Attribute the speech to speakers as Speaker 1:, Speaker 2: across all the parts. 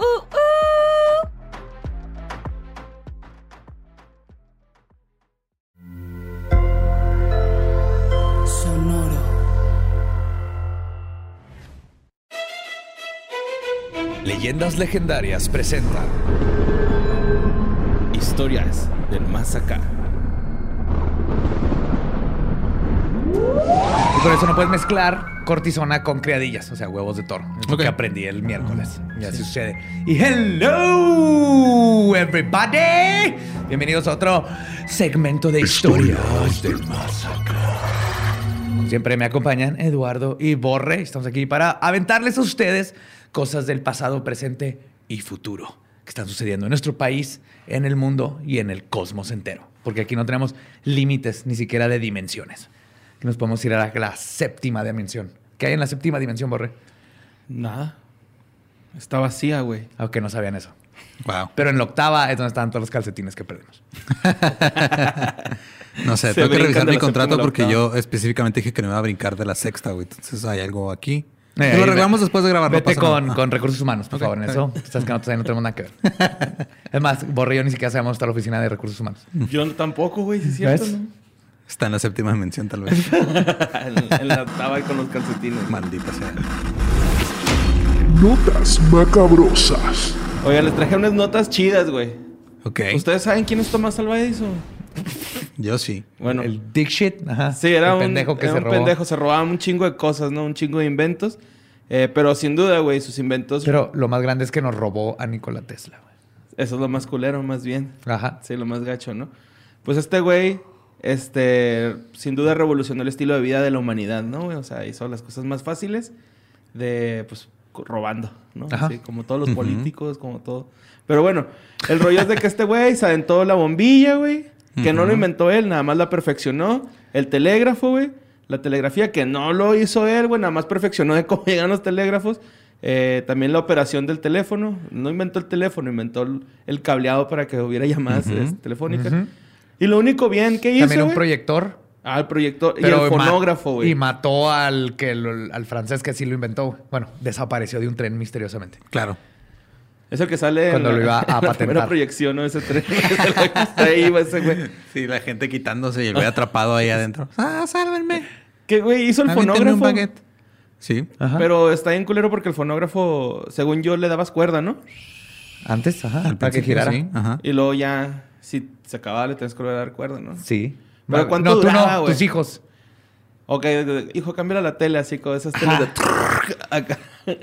Speaker 1: Ooh, ooh.
Speaker 2: Leyendas Legendarias presenta Historias del Más Acá.
Speaker 3: Y por eso no puedes mezclar cortisona con criadillas, o sea, huevos de toro. Es lo
Speaker 2: Ok.
Speaker 3: que aprendí el miércoles. Y así sucede. Y hello, everybody. Bienvenidos a otro segmento de historias del más Como Siempre me acompañan Eduardo y Borre. Estamos aquí para aventarles a ustedes cosas del pasado, presente y futuro que están sucediendo en nuestro país, en el mundo y en el cosmos entero. Porque aquí no tenemos límites ni siquiera de dimensiones. Que nos podemos ir a la, la séptima dimensión. ¿Qué hay en la séptima dimensión, Borre?
Speaker 4: Nada. Está vacía, güey.
Speaker 3: Aunque no sabían eso.
Speaker 2: Wow.
Speaker 3: Pero en la octava es donde estaban todos los calcetines que perdimos.
Speaker 2: No sé,
Speaker 4: Se
Speaker 2: tengo que revisar mi
Speaker 4: brincan de la séptima
Speaker 2: contrato
Speaker 4: a la
Speaker 2: porque
Speaker 4: octava.
Speaker 2: yo específicamente dije que no me iba a brincar de la sexta, güey. Entonces hay algo aquí.
Speaker 3: Eh,
Speaker 2: lo
Speaker 3: ahí
Speaker 2: arreglamos
Speaker 3: ve-
Speaker 2: después de Ah, grabar. no
Speaker 3: Vete
Speaker 2: pasa
Speaker 3: con,
Speaker 2: nada.
Speaker 3: con recursos humanos, por
Speaker 2: Ok,
Speaker 3: favor. En
Speaker 2: está
Speaker 3: eso, estás que no, todavía no tenemos nada que ver. es más, Borre y yo ni siquiera sabemos dónde está la oficina de recursos humanos.
Speaker 4: Yo no- tampoco, güey, si es
Speaker 3: ¿Ves?
Speaker 4: cierto. ¿no?
Speaker 2: Ah, Está en la séptima dimensión, tal vez.
Speaker 4: en, en la estaba con los calcetines.
Speaker 2: Maldita sea.
Speaker 5: Notas macabrosas.
Speaker 4: Oiga, les traje unas notas chidas, güey.
Speaker 2: Ok.
Speaker 4: ¿Ustedes saben quién es Tomás Alva Edison?
Speaker 2: Yo sí.
Speaker 4: Bueno,
Speaker 3: El dick shit. Ajá.
Speaker 4: sí, era
Speaker 3: El
Speaker 4: un
Speaker 3: pendejo que
Speaker 4: era
Speaker 3: se
Speaker 4: un
Speaker 3: robó.
Speaker 4: pendejo. Se robaba un chingo de cosas, ¿no? Un chingo de inventos. Eh, pero sin duda, güey, sus inventos.
Speaker 3: Pero lo más grande es que nos robó a Nikola Tesla. güey.
Speaker 4: Eso es lo más culero, más bien.
Speaker 3: Ajá.
Speaker 4: Sí, lo más gacho, ¿no? Pues este güey, este, sin duda revolucionó el estilo de vida de la humanidad, ¿no? güey? O sea, hizo las cosas más fáciles de, pues, co- robando, ¿no?
Speaker 3: Ajá.
Speaker 4: Así, como todos los políticos, como todo. Pero bueno, el rollo es de que este güey se aventó la bombilla, güey, que no lo inventó él, nada más la perfeccionó. El telégrafo, güey, la telegrafía que no lo hizo él, güey, nada más perfeccionó de cómo llegan los telégrafos. Eh, también la operación del teléfono. No inventó el teléfono, inventó el, el cableado para que hubiera llamadas este, telefónicas.
Speaker 3: Ujú.
Speaker 4: Y lo único bien que hizo.
Speaker 3: También un
Speaker 4: güey-
Speaker 3: proyector.
Speaker 4: Ah, el proyector. y
Speaker 3: Pero
Speaker 4: el
Speaker 3: ma-
Speaker 4: fonógrafo, güey.
Speaker 3: Y mató al, que lo- al francés que sí lo inventó. güey. Bueno, desapareció de un tren misteriosamente.
Speaker 2: Claro.
Speaker 4: Es el que sale. en
Speaker 3: Cuando
Speaker 4: la-
Speaker 3: lo iba a
Speaker 4: en la
Speaker 3: patentar.
Speaker 4: primera proyección, ¿no? Ese tren. Está ahí, va ese güey.
Speaker 2: Sí, la gente quitándose y el güey atrapado ahí adentro. ¡Ah, sálvenme!
Speaker 4: Que, güey, hizo el
Speaker 2: Aviéntenme un
Speaker 4: fonógrafo.
Speaker 2: baguette. Sí.
Speaker 3: Ajá.
Speaker 4: Pero está bien culero porque el fonógrafo, según yo, le dabas cuerda, ¿no?
Speaker 3: Antes, ajá,
Speaker 2: Al
Speaker 3: para que
Speaker 2: principio,
Speaker 3: girara.
Speaker 2: Sí. Ajá.
Speaker 4: Y luego ya, si se acababa, le tenías que volver a dar cuerda, ¿no?
Speaker 3: Sí.
Speaker 4: Pero
Speaker 3: Va-
Speaker 4: ¿cuánto
Speaker 3: no, tú
Speaker 4: duraba,
Speaker 3: no,
Speaker 4: güey?
Speaker 3: tus hijos.
Speaker 4: Ok, hijo, cámbiala la tele, así con esas teles de. Acá.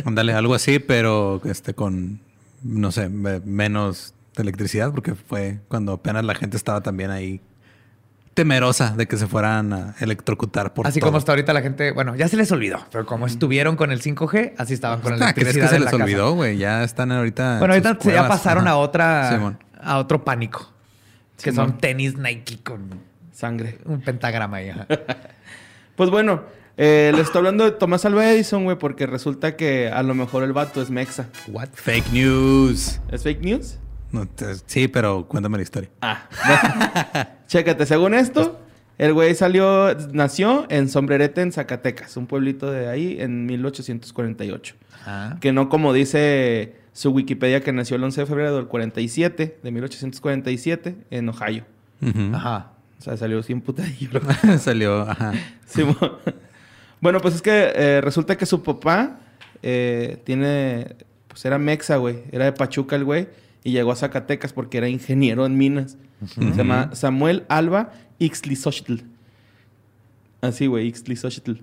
Speaker 2: Ándale, algo así, pero este con, no sé, me- menos electricidad, porque fue cuando apenas la gente estaba también ahí temerosa de que se fueran a electrocutar por
Speaker 3: así
Speaker 2: todo.
Speaker 3: como está ahorita la gente, bueno, ya se les olvidó, pero como estuvieron con el 5G, así estaban con la
Speaker 2: Ah, ¿Crees
Speaker 3: electricidad
Speaker 2: que se
Speaker 3: en
Speaker 2: les
Speaker 3: la casa.
Speaker 2: olvidó, güey? Ya están ahorita. en
Speaker 3: Bueno, ahorita
Speaker 2: sus
Speaker 3: se- ya
Speaker 2: cuevas.
Speaker 3: pasaron
Speaker 2: Ajá.
Speaker 3: a otra
Speaker 2: Simón.
Speaker 3: a otro pánico, que
Speaker 4: Simón.
Speaker 3: son tenis Nike con
Speaker 4: Sangre.
Speaker 3: un pentagrama ahí. ajá.
Speaker 4: Pues bueno, eh, le estoy hablando de Tomás Alva Edison, güey, porque resulta que a lo mejor el vato es mexa.
Speaker 3: What?
Speaker 2: Fake news.
Speaker 4: ¿Es fake news?
Speaker 2: No, te- sí, pero cuéntame la historia.
Speaker 4: Ah. Chécate, según esto, el güey salió, nació en Sombrerete, en Zacatecas, un pueblito de ahí, en 1848.
Speaker 3: Ah.
Speaker 4: Que no como dice su Wikipedia, que nació el 11 de febrero del 47, de 1847, en Ohio.
Speaker 2: Ujú.
Speaker 3: Ajá.
Speaker 4: O sea, salió sin putadillo.
Speaker 2: Salió, ajá.
Speaker 4: Simón. bueno, pues es que eh, resulta que su papá eh, tiene. Pues era mexa, güey. Era de Pachuca el güey. Y llegó a Zacatecas porque era ingeniero en minas. Se llama Samuel Alba Ixtlisochtl. Así, güey, Ixtlisochtl.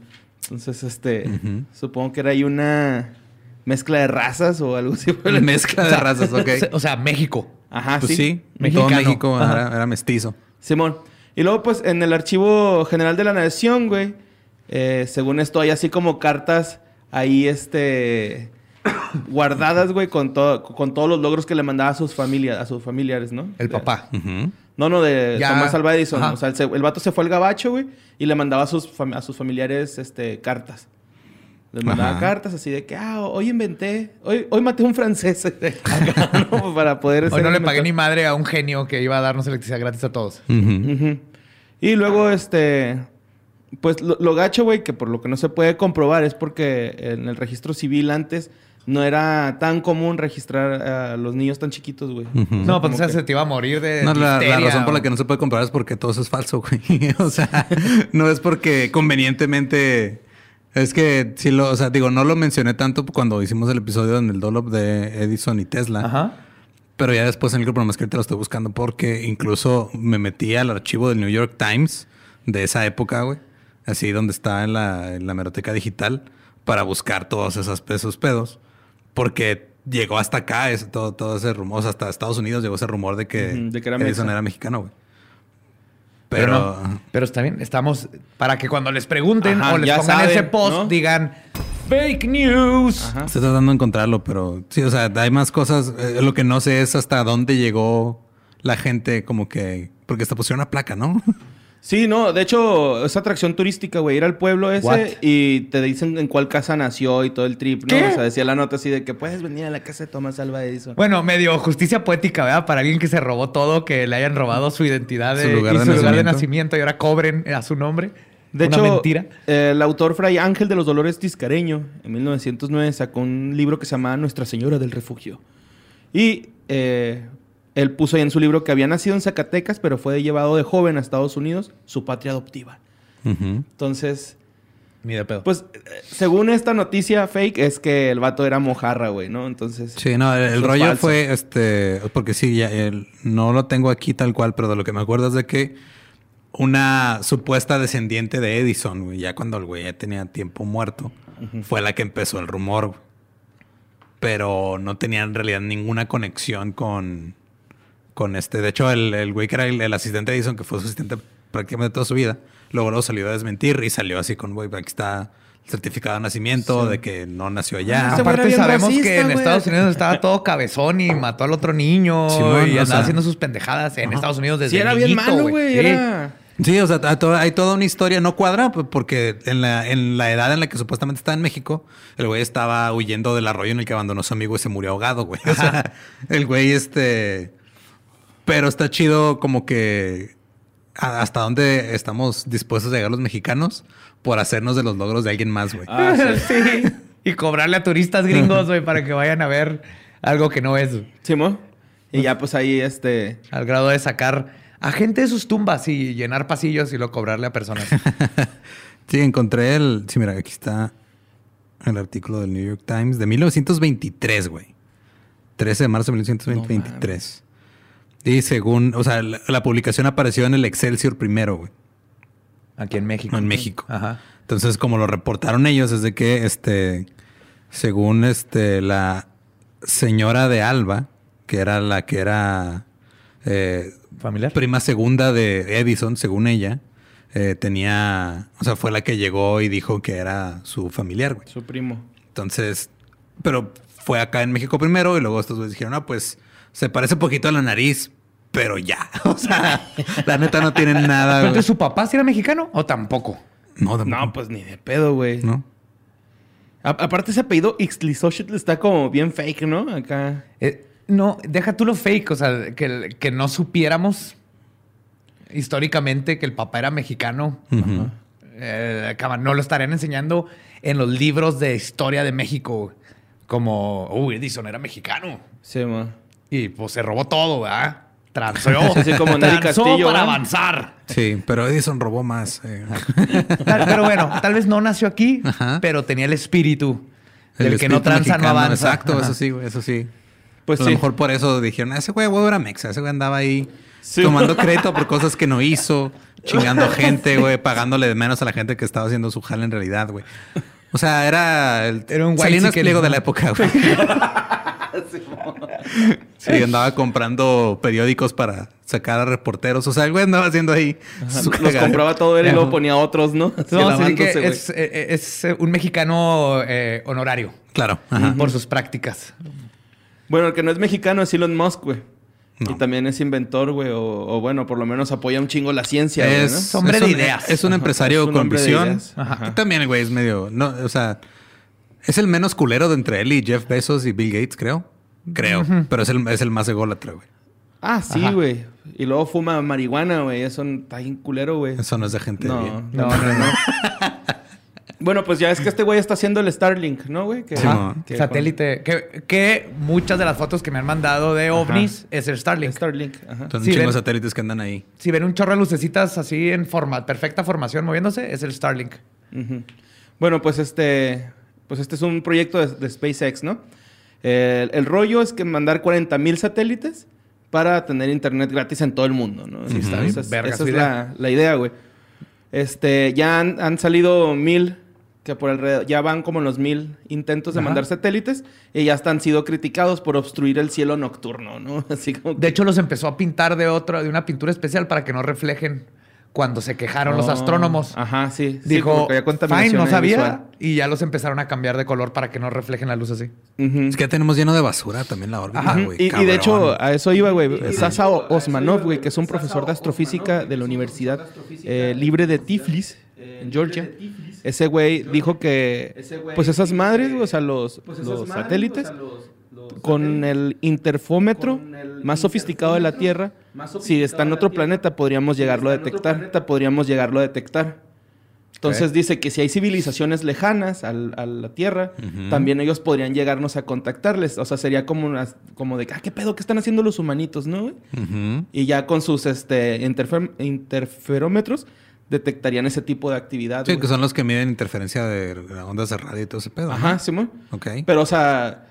Speaker 4: Entonces, este.
Speaker 2: Ujú.
Speaker 4: Supongo que era ahí una mezcla de razas o algo así. por el-
Speaker 2: Mezcla de razas, ok.
Speaker 3: O sea, México.
Speaker 4: Ajá,
Speaker 2: pues sí,
Speaker 3: Mexicano.
Speaker 2: todo México
Speaker 3: Ajá.
Speaker 2: era, era mestizo.
Speaker 4: Simón. Y luego, pues, en el Archivo General de la Nación, güey, eh, según esto, hay así como cartas ahí, este, guardadas, güey, con, todo, con todos los logros que le mandaba a sus familias, a sus familiares, ¿no?
Speaker 3: El papá.
Speaker 2: Ujú.
Speaker 4: No, no, de
Speaker 3: Ya.
Speaker 4: Tomás Alva Edison.
Speaker 2: Ajá.
Speaker 4: O sea, el, se- el vato se fue al gabacho, güey, y le mandaba a sus, fam- a sus familiares este, cartas. Les mandaba
Speaker 2: Ajá.
Speaker 4: cartas así de que, ah, hoy inventé, hoy, hoy maté a un francés Acá, ¿no? para poder...
Speaker 3: Hoy
Speaker 4: ser
Speaker 3: no le pagué
Speaker 4: inventado.
Speaker 3: ni madre a un genio que iba a darnos electricidad gratis a todos.
Speaker 2: Ujú.
Speaker 4: Ujú. Y luego, este. Pues lo, lo gacho, güey, que por lo que no se puede comprobar es porque en el registro civil antes no era tan común registrar a los niños tan chiquitos, güey.
Speaker 2: Ujú.
Speaker 3: No, pues
Speaker 4: como
Speaker 3: o sea,
Speaker 4: que-
Speaker 3: se te iba a morir de.
Speaker 2: No, la, la
Speaker 3: difteria
Speaker 2: razón por la
Speaker 3: o-
Speaker 2: que no se puede comparar es porque todo eso es falso, güey. o sea, no es porque convenientemente. Es que si lo, o sea, digo, no lo mencioné tanto cuando hicimos el episodio en el Dolop de Edison y Tesla.
Speaker 3: Ajá.
Speaker 2: Pero ya después en el grupo nomás que ahorita lo estoy buscando porque incluso me metí al archivo del New York Times de esa época, güey. Así donde está en la, en la meroteca digital para buscar todos esas, esos pedos. Porque llegó hasta acá es- todo, todo ese rumor. O sea, hasta Estados Unidos llegó ese rumor de que,
Speaker 4: Ujú, de que era
Speaker 2: Edison
Speaker 4: mexa.
Speaker 2: era mexicano, güey.
Speaker 3: Pero,
Speaker 2: Pero...
Speaker 3: no. pero está bien, estamos para que cuando les pregunten
Speaker 4: Ajá,
Speaker 3: o les
Speaker 4: ya
Speaker 3: pongan
Speaker 4: saben,
Speaker 3: ese post
Speaker 4: ¿no?
Speaker 3: digan fake news.
Speaker 4: Ajá.
Speaker 2: Estoy tratando de encontrarlo, pero sí, o sea, hay más cosas. Eh, lo que no sé es hasta dónde llegó la gente como que... Porque hasta pusieron una placa, ¿no?
Speaker 4: Sí, no, de hecho, es atracción turística, güey. Ir al pueblo ese
Speaker 3: What?
Speaker 4: y te dicen en cuál casa nació y todo el trip, ¿no?
Speaker 3: ¿Qué?
Speaker 4: O sea, decía la nota así de que puedes venir a la casa de Tomás Alba Edison.
Speaker 3: Bueno, medio justicia poética, ¿verdad? Para alguien que se robó todo, que le hayan robado su identidad de,
Speaker 2: Su lugar
Speaker 3: y
Speaker 2: de
Speaker 3: su lugar de
Speaker 2: nacimiento.
Speaker 3: nacimiento y ahora cobren a su nombre.
Speaker 4: De
Speaker 3: Una
Speaker 4: hecho,
Speaker 3: mentira.
Speaker 4: eh, el autor Fray Ángel de los Dolores Tiscareño, en 1909, sacó un libro que se llamaba Nuestra Señora del Refugio. Y eh, él puso ahí en su libro que había nacido en Zacatecas, pero fue llevado de joven a Estados Unidos, su patria adoptiva.
Speaker 2: Ujú.
Speaker 4: Entonces,
Speaker 3: Ni de pedo.
Speaker 4: pues, eh, según esta noticia fake, es que el vato era mojarra, güey, ¿no? Entonces,
Speaker 2: Sí, no, el, el
Speaker 4: Eso es
Speaker 2: rollo
Speaker 4: falso.
Speaker 2: fue este, porque sí, ya el- no lo tengo aquí tal cual, pero de lo que me acuerdo es de que una supuesta descendiente de Edison, güey, ya cuando el güey ya tenía tiempo muerto, fue la que empezó el rumor, güey. pero no tenía en realidad ninguna conexión con, con este. De hecho, el, el güey que era el, el asistente de Edison, que fue su asistente prácticamente toda su vida, luego lo salió a desmentir y salió así con, güey, aquí está el certificado de nacimiento, de que no nació allá.
Speaker 4: Ese güey era
Speaker 3: Aparte
Speaker 4: bien
Speaker 3: sabemos
Speaker 4: racista,
Speaker 3: que en
Speaker 4: güey.
Speaker 3: Estados Unidos estaba todo cabezón y mató al otro niño
Speaker 2: Simón,
Speaker 3: y
Speaker 2: o
Speaker 3: andaba
Speaker 2: sea.
Speaker 3: haciendo sus pendejadas en Estados Unidos desde
Speaker 4: sí era bien
Speaker 3: niñito,
Speaker 4: malo, güey.
Speaker 3: Sí.
Speaker 4: Era...
Speaker 2: Sí, o sea, a to- hay toda una historia, no cuadra, p- porque en la, en la edad en la que supuestamente estaba en México, el güey estaba huyendo del arroyo en el que abandonó a su amigo y se murió ahogado, güey. O sea, el güey, este. Pero está chido como que a- hasta dónde estamos dispuestos a llegar los mexicanos por hacernos de los logros de alguien más, güey.
Speaker 4: Ah, sí.
Speaker 3: Sí. Y cobrarle a turistas gringos, güey, para que vayan a ver algo que no es.
Speaker 4: Simón. Y ya, pues, ahí, este...
Speaker 3: Al grado de sacar a gente de sus tumbas y llenar pasillos y lo cobrarle a personas.
Speaker 2: Sí, encontré el. Sí, mira, aquí está el artículo del New York Times de 1923, güey. 13 de marzo de 1923. y según, o sea, la, la publicación apareció en el Excelsior primero, güey.
Speaker 3: Aquí en México.
Speaker 2: En México.
Speaker 3: Ajá.
Speaker 2: Entonces, como lo reportaron ellos, es de que, este, según este, la señora de Alba, que era la que era eh,
Speaker 3: ¿Familiar?
Speaker 2: prima segunda de Edison, según ella, eh, tenía, o sea, fue la que llegó y dijo que era su familiar, güey.
Speaker 4: Su primo.
Speaker 2: Entonces, pero fue acá en México primero y luego estos güeyes dijeron, ah, pues se parece poquito a la nariz, pero ya. O sea, la neta no tienen nada.
Speaker 3: ¿Pero
Speaker 2: güey.
Speaker 3: entonces su papá sí era mexicano o tampoco?
Speaker 2: No, tampoco.
Speaker 4: No, pues, ni de pedo, güey.
Speaker 2: No.
Speaker 4: A- aparte, ese apellido Ixtlisochitl está como bien fake, ¿no? Acá.
Speaker 3: Eh, no, deja tú lo fake, o sea, que, que no supiéramos históricamente que el papá era mexicano.
Speaker 2: Ujú.
Speaker 3: Eh, acaba- no lo estarían enseñando en los libros de historia de México. Como, uy, Edison era mexicano.
Speaker 4: Sí, ma.
Speaker 3: Y pues se robó todo, ¿verdad? Transeó.
Speaker 4: Sí, como Nelly
Speaker 3: Transó
Speaker 4: Castillo,
Speaker 3: para
Speaker 4: ¿verdad?
Speaker 3: avanzar.
Speaker 2: Sí, pero Edison robó más. eh.
Speaker 3: Tal- pero bueno, tal vez no nació aquí,
Speaker 2: Ajá.
Speaker 3: pero tenía el espíritu del
Speaker 2: El
Speaker 3: que no
Speaker 2: espíritu
Speaker 3: tranza, no
Speaker 2: mexicano,
Speaker 3: avanza.
Speaker 2: Exacto,
Speaker 3: Ajá.
Speaker 2: eso sí, güey, eso sí.
Speaker 4: Pues
Speaker 2: a
Speaker 4: sí.
Speaker 2: lo mejor por eso dijeron, "Ah, ese güey huevo era mexa, ese güey andaba ahí
Speaker 4: Sí.
Speaker 2: tomando crédito por cosas que no hizo, chingando gente, güey, pagándole de menos a la gente que estaba haciendo su jale en realidad, güey. O sea, era el
Speaker 3: Era un
Speaker 2: Salinas
Speaker 3: whitezican.
Speaker 2: Pliego de la época, güey. sí, andaba comprando periódicos para sacar a reporteros. O sea, el güey andaba haciendo ahí.
Speaker 4: Ajá,
Speaker 2: su
Speaker 4: Los
Speaker 2: cagadero.
Speaker 4: compraba todo él y luego
Speaker 2: Ajá.
Speaker 4: ponía otros, ¿no? Así
Speaker 3: No, así que
Speaker 4: lavándose, güey.
Speaker 3: es, eh, eh, es, eh, un mexicano eh, honorario
Speaker 2: Claro. Ajá.
Speaker 3: por sus prácticas.
Speaker 4: Bueno, el que no es mexicano es Elon Musk, güey.
Speaker 2: No.
Speaker 4: Y también es inventor, güey, o, o bueno, por lo menos apoya un chingo la ciencia, güey,
Speaker 2: Es,
Speaker 4: ¿no?
Speaker 3: hombre
Speaker 2: es
Speaker 3: de
Speaker 2: un-
Speaker 3: ideas.
Speaker 2: Es un
Speaker 4: Ajá,
Speaker 2: empresario
Speaker 4: es un
Speaker 2: con
Speaker 4: hombre de
Speaker 2: visión.
Speaker 4: ideas.
Speaker 2: Ajá. Y también, güey, es medio. No, o sea, es el menos culero de entre él y Jeff Bezos y Bill Gates, creo. Creo. Pero es el, es el más ególatra, güey.
Speaker 4: Ah, sí, güey. Y luego fuma marihuana, güey. Eso está bien culero, güey.
Speaker 2: Eso no es de gente
Speaker 4: No.
Speaker 2: bien.
Speaker 3: No, no, no.
Speaker 4: Bueno, pues ya es que este güey está haciendo el Starlink, ¿no, güey? Que-
Speaker 2: Simón.
Speaker 4: que-
Speaker 3: satélite. Que, que muchas de las fotos que me han mandado de ovnis es el
Speaker 4: con-
Speaker 3: Starlink.
Speaker 4: Starlink, ajá.
Speaker 2: Son
Speaker 3: Sí,
Speaker 2: chingos
Speaker 3: ven.
Speaker 2: satélites que andan ahí.
Speaker 3: Si ven un chorro de lucecitas así en forma, perfecta formación moviéndose, es el Starlink.
Speaker 4: Ujú. Bueno, pues este, pues este es un proyecto de, de SpaceX, ¿no? El, el rollo es que mandar 40 mil satélites para tener internet gratis en todo el mundo, ¿no?
Speaker 2: Sí, está
Speaker 4: Esa
Speaker 2: bien
Speaker 4: es- Esa
Speaker 3: verga
Speaker 4: es,
Speaker 3: su idea.
Speaker 4: la, la idea, güey. Este, ya han, han salido mil, que por alrededor, ya van como en los mil intentos de
Speaker 3: Ajá.
Speaker 4: mandar satélites y ya están sido criticados por obstruir el cielo nocturno, ¿no? Así como que-
Speaker 3: De hecho, los empezó a pintar de otra, de una pintura especial para que no reflejen cuando se quejaron los
Speaker 4: No.
Speaker 3: astrónomos.
Speaker 4: Ajá, sí. sí,
Speaker 3: Dijo,
Speaker 4: como que había
Speaker 3: fine,
Speaker 4: contaminación
Speaker 3: no
Speaker 4: ahí
Speaker 3: sabía.
Speaker 4: visual.
Speaker 3: Y ya los empezaron a cambiar de color para que no reflejen la luz así.
Speaker 4: Ujú.
Speaker 2: Es que ya tenemos lleno de basura también la órbita,
Speaker 4: Ajá.
Speaker 2: güey.
Speaker 4: Y, y
Speaker 2: cabrón.
Speaker 4: de hecho, ah, a eso iba, güey. Sasa O- Osmanov, güey, que es un profesor de astrofísica de la Universidad eh, Libre de Tiflis, en Georgia. Ese güey dijo que, pues esas madres, güey, o sea, los, los satélites, con el interfómetro más sofisticado de la Tierra, si está en otro planeta, podríamos llegarlo a detectar. Podríamos llegarlo a detectar. Entonces dice que si hay civilizaciones lejanas al- a la Tierra, también ellos podrían llegarnos a contactarles. O sea, sería como, unas- como de, ah, ¿qué pedo? ¿Qué están haciendo los humanitos, no? güey?
Speaker 2: Ujú.
Speaker 4: Y ya con sus este, interfer- interferómetros detectarían ese tipo de actividad.
Speaker 2: Sí,
Speaker 4: güey.
Speaker 2: que son los que miden interferencia de ondas de radio y todo ese pedo.
Speaker 4: Ajá,
Speaker 2: ¿no?
Speaker 4: Simón.
Speaker 2: Ok.
Speaker 4: Pero, o sea,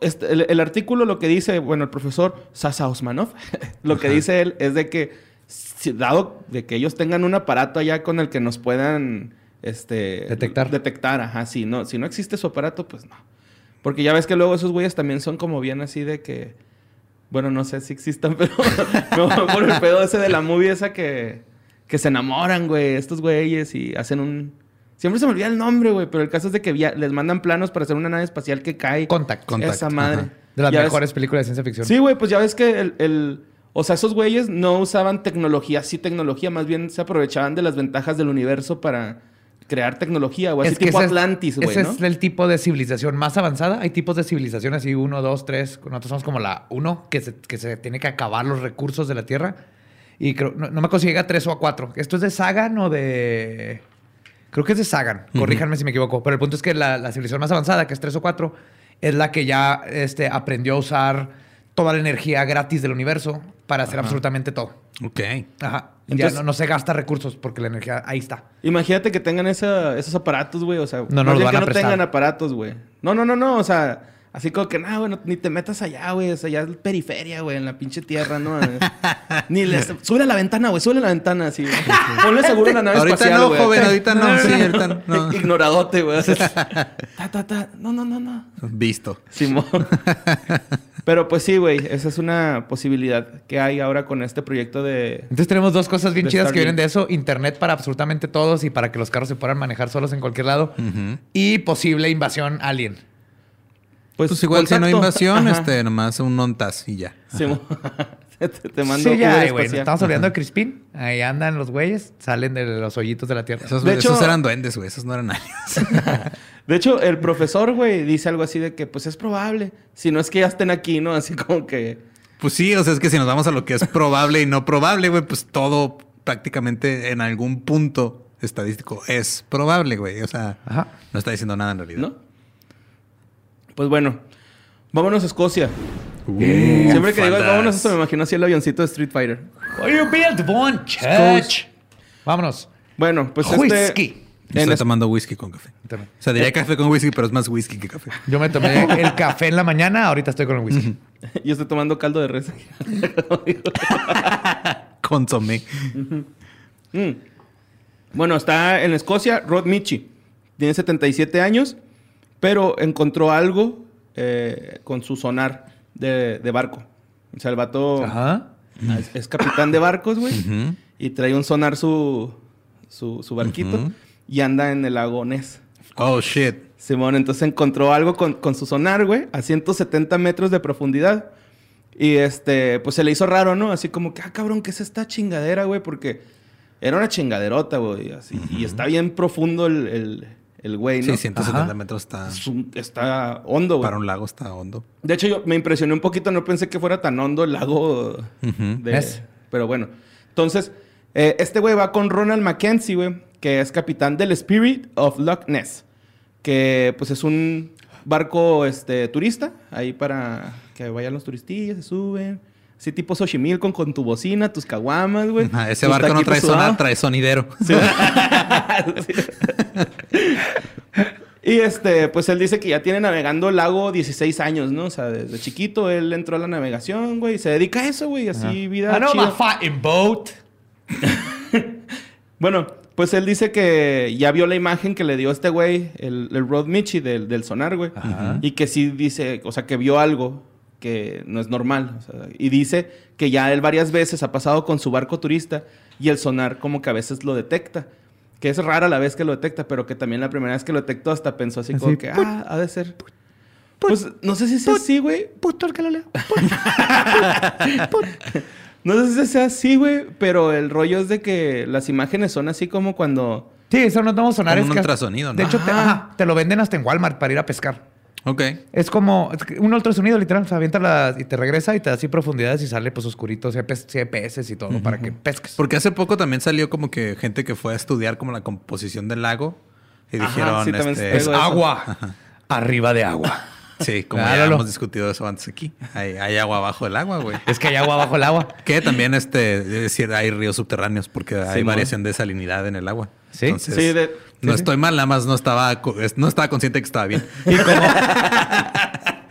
Speaker 4: este, el, el artículo lo que dice, bueno, el profesor Sasa Osmanov, lo que
Speaker 2: Ajá.
Speaker 4: dice él es de que, si- dado de que ellos tengan un aparato allá con el que nos puedan este,
Speaker 3: Detectar.
Speaker 4: Detectar, ajá, sí, no, si no existe su aparato, pues no. Porque ya ves que luego esos güeyes también son como bien así de que. Bueno, no sé si existan, pero no, por el pedo ese de la movie esa que, que se enamoran, güey, estos güeyes y hacen un... Siempre se me olvida el nombre, güey, pero el caso es de que via- les mandan planos para hacer una nave espacial que cae.
Speaker 3: Contact.
Speaker 2: Contact,
Speaker 4: Esa madre.
Speaker 2: ajá.
Speaker 3: De las
Speaker 4: Ya ves-
Speaker 3: mejores películas de ciencia ficción.
Speaker 4: Sí, güey, pues ya ves que el, el- O sea, esos güeyes no usaban tecnología, sí tecnología, más bien se aprovechaban de las ventajas del universo para crear tecnología, güey. Así tipo
Speaker 3: ese es-
Speaker 4: Atlantis, güey,
Speaker 3: Ese
Speaker 4: ¿no?
Speaker 3: es el tipo de civilización más avanzada. Hay tipos de civilización así, uno, dos, tres. Nosotros somos como la uno, que se, que se tiene que acabar los recursos de la Tierra. Y creo, no, no me acuerdo si llega a tres o a cuatro. ¿Esto es de Sagan o de...? Creo que es de Sagan. Corríjanme si me equivoco. Pero el punto es que la, la civilización más avanzada, que es tres o cuatro, es la que ya este, aprendió a usar toda la energía gratis del universo para hacer absolutamente todo.
Speaker 2: Ok.
Speaker 3: Ajá.
Speaker 4: Entonces-
Speaker 3: ya no, no se gasta recursos porque la energía ahí está.
Speaker 4: Imagínate que tengan esa- esos aparatos, güey. O sea,
Speaker 3: no
Speaker 4: más
Speaker 3: los
Speaker 4: bien
Speaker 3: van
Speaker 4: que
Speaker 3: a
Speaker 4: no
Speaker 3: prestar.
Speaker 4: tengan aparatos, güey. No, no, no, no. O sea, así como que, no, güey, no- ni te metas allá, güey. O sea, ya es periferia, güey, en la pinche tierra, ¿no? ni les. Sube a la ventana, güey. Sube a la ventana, así. güey. Ponle seguro a la nave
Speaker 2: Ahorita
Speaker 4: espacial,
Speaker 2: no,
Speaker 4: güey.
Speaker 2: joven, ahorita no. Sí, ahorita no.
Speaker 4: Ignoradote, güey. ta, ta, ta. No, no, no, no.
Speaker 2: Visto.
Speaker 4: Simón. Pero pues sí, güey. Esa es una posibilidad que hay ahora con este proyecto de.
Speaker 3: Entonces tenemos dos cosas bien
Speaker 4: De
Speaker 3: chidas que
Speaker 4: Starlink.
Speaker 3: vienen de eso. Internet para absolutamente todos y para que los carros se puedan manejar solos en cualquier lado.
Speaker 2: Ujú.
Speaker 3: Y posible invasión alien.
Speaker 4: Pues,
Speaker 2: Pues, igual si no hay
Speaker 4: contacto.
Speaker 2: invasión,
Speaker 4: Ajá.
Speaker 2: este, nomás un ontas y ya.
Speaker 4: Simón. te, te mando
Speaker 3: sí, ya,
Speaker 4: Uber
Speaker 3: ay, güey.
Speaker 4: espacial.
Speaker 3: nos Estamos hablando de Crispin. Ahí andan los güeyes. Salen de los hoyitos de la tierra.
Speaker 2: Esos,
Speaker 4: De
Speaker 2: esos
Speaker 4: hecho-
Speaker 2: eran duendes, güey. Esos no eran aliens.
Speaker 4: De hecho, el profesor, güey, dice algo así de que, pues es probable. Si no es que ya estén aquí, ¿no? Así como que.
Speaker 2: Pues sí, o sea, es que si nos vamos a lo que es probable y no probable, güey, pues todo prácticamente en algún punto estadístico es probable, güey. O sea,
Speaker 3: Ajá.
Speaker 2: no está diciendo nada en realidad.
Speaker 4: ¿No? Pues bueno. Vámonos a Escocia.
Speaker 2: Uh,
Speaker 4: Siempre que digo
Speaker 2: fandas.
Speaker 4: vámonos, eso me imagino así el avioncito de Street Fighter.
Speaker 3: You built one church. Vámonos.
Speaker 4: Bueno, pues
Speaker 3: Whisky.
Speaker 4: este. en
Speaker 2: Estoy
Speaker 4: es- Eh.
Speaker 2: tomando whisky con café. O sea, diría café con whisky, pero es más whisky que café.
Speaker 3: Yo me tomé el café en la mañana. Ahorita estoy con el whisky.
Speaker 4: este, Yo estoy tomando caldo de res.
Speaker 2: Consomé.
Speaker 4: Mm. Bueno, está en Escocia Rod Michi. Tiene 77 años, pero encontró algo eh, con su sonar de, de barco. O sea, el vato
Speaker 3: Ajá.
Speaker 4: es, es capitán de barcos, güey.
Speaker 2: Ujú.
Speaker 4: Y trae un sonar su, su, su barquito.
Speaker 2: Ujú.
Speaker 4: Y anda en el lago Ness.
Speaker 2: Oh, shit.
Speaker 4: Simón, entonces encontró algo con, con su sonar, güey, a 170 metros de profundidad. Y este, pues se le hizo raro, ¿no? Así como que, ah, cabrón, ¿qué es esta chingadera, güey? Porque era una chingaderota, güey. Así, Y está bien profundo el, el, el güey, ¿no?
Speaker 2: Sí, 170
Speaker 3: Ajá.
Speaker 2: metros está...
Speaker 4: Es un- está hondo, güey.
Speaker 2: Para un lago está hondo.
Speaker 4: De hecho, yo me impresioné un poquito, no pensé que fuera tan hondo el lago de-
Speaker 3: ¿Ves?
Speaker 4: Pero bueno. Entonces, eh, este güey va con Ronald Mackenzie, güey, que es capitán del Spirit of Loch Ness. Que pues es un barco este, turista, ahí para que vayan los turistillas, se suben. Así tipo Xochimilco con, con tu bocina, tus caguamas, güey.
Speaker 2: Ajá, Ah, ese
Speaker 4: tus
Speaker 2: barco no
Speaker 4: taquitos
Speaker 2: trae,
Speaker 4: sudados.
Speaker 2: zona, trae sonidero.
Speaker 4: Y este, pues él dice que ya tiene navegando el lago 16 años, ¿no? O sea, desde chiquito él entró a la navegación, güey, y se dedica a eso, güey, así vida.
Speaker 3: I know
Speaker 4: chida.
Speaker 3: my fighting boat.
Speaker 4: Bueno, pues él dice que ya vio la imagen que le dio este güey, el, el Rod Michi del, del sonar, güey. Y que sí dice, o sea, que vio algo que no es normal. o sea, y dice que ya él varias veces ha pasado con su barco turista y el sonar como que a veces lo detecta. Que es rara la vez que lo detecta, pero que también la primera vez que lo detectó hasta pensó así, como que, ah, ha de ser. Pues no sé si es así, güey. Puto el que lo lea. No sé si sea así, güey, pero el rollo es de que las imágenes son así como cuando...
Speaker 3: Sí, eso no vamos a sonar.
Speaker 2: Como un
Speaker 3: que-
Speaker 2: ultrasonido, ¿no?
Speaker 3: De hecho, te,
Speaker 4: Ajá.
Speaker 3: ajá, te lo venden hasta en Walmart para ir a pescar.
Speaker 2: ok.
Speaker 3: Es como es que un ultrasonido, literal. Se avienta la- y te regresa y te da así profundidades y sale pues oscurito, CPS, y todo para que pesques.
Speaker 2: Porque hace poco también salió como que gente que fue a estudiar como la composición del lago y
Speaker 4: Ajá,
Speaker 2: dijeron...
Speaker 4: sí, también
Speaker 2: este,
Speaker 4: traigo
Speaker 3: es
Speaker 4: eso.
Speaker 3: agua. Arriba de agua.
Speaker 2: Sí, como ya
Speaker 3: Claro.
Speaker 2: hemos discutido eso antes aquí. Hay, hay agua abajo del agua, güey.
Speaker 3: es que hay agua bajo el agua.
Speaker 2: Que también este, es decir, hay ríos subterráneos porque hay
Speaker 4: Simón.
Speaker 2: variación de salinidad en el agua.
Speaker 3: Sí.
Speaker 2: Entonces,
Speaker 4: Sí, de-
Speaker 2: no
Speaker 4: sí, sí.
Speaker 2: estoy mal, nada más no estaba, co- es- no estaba consciente que estaba bien.
Speaker 3: Y como,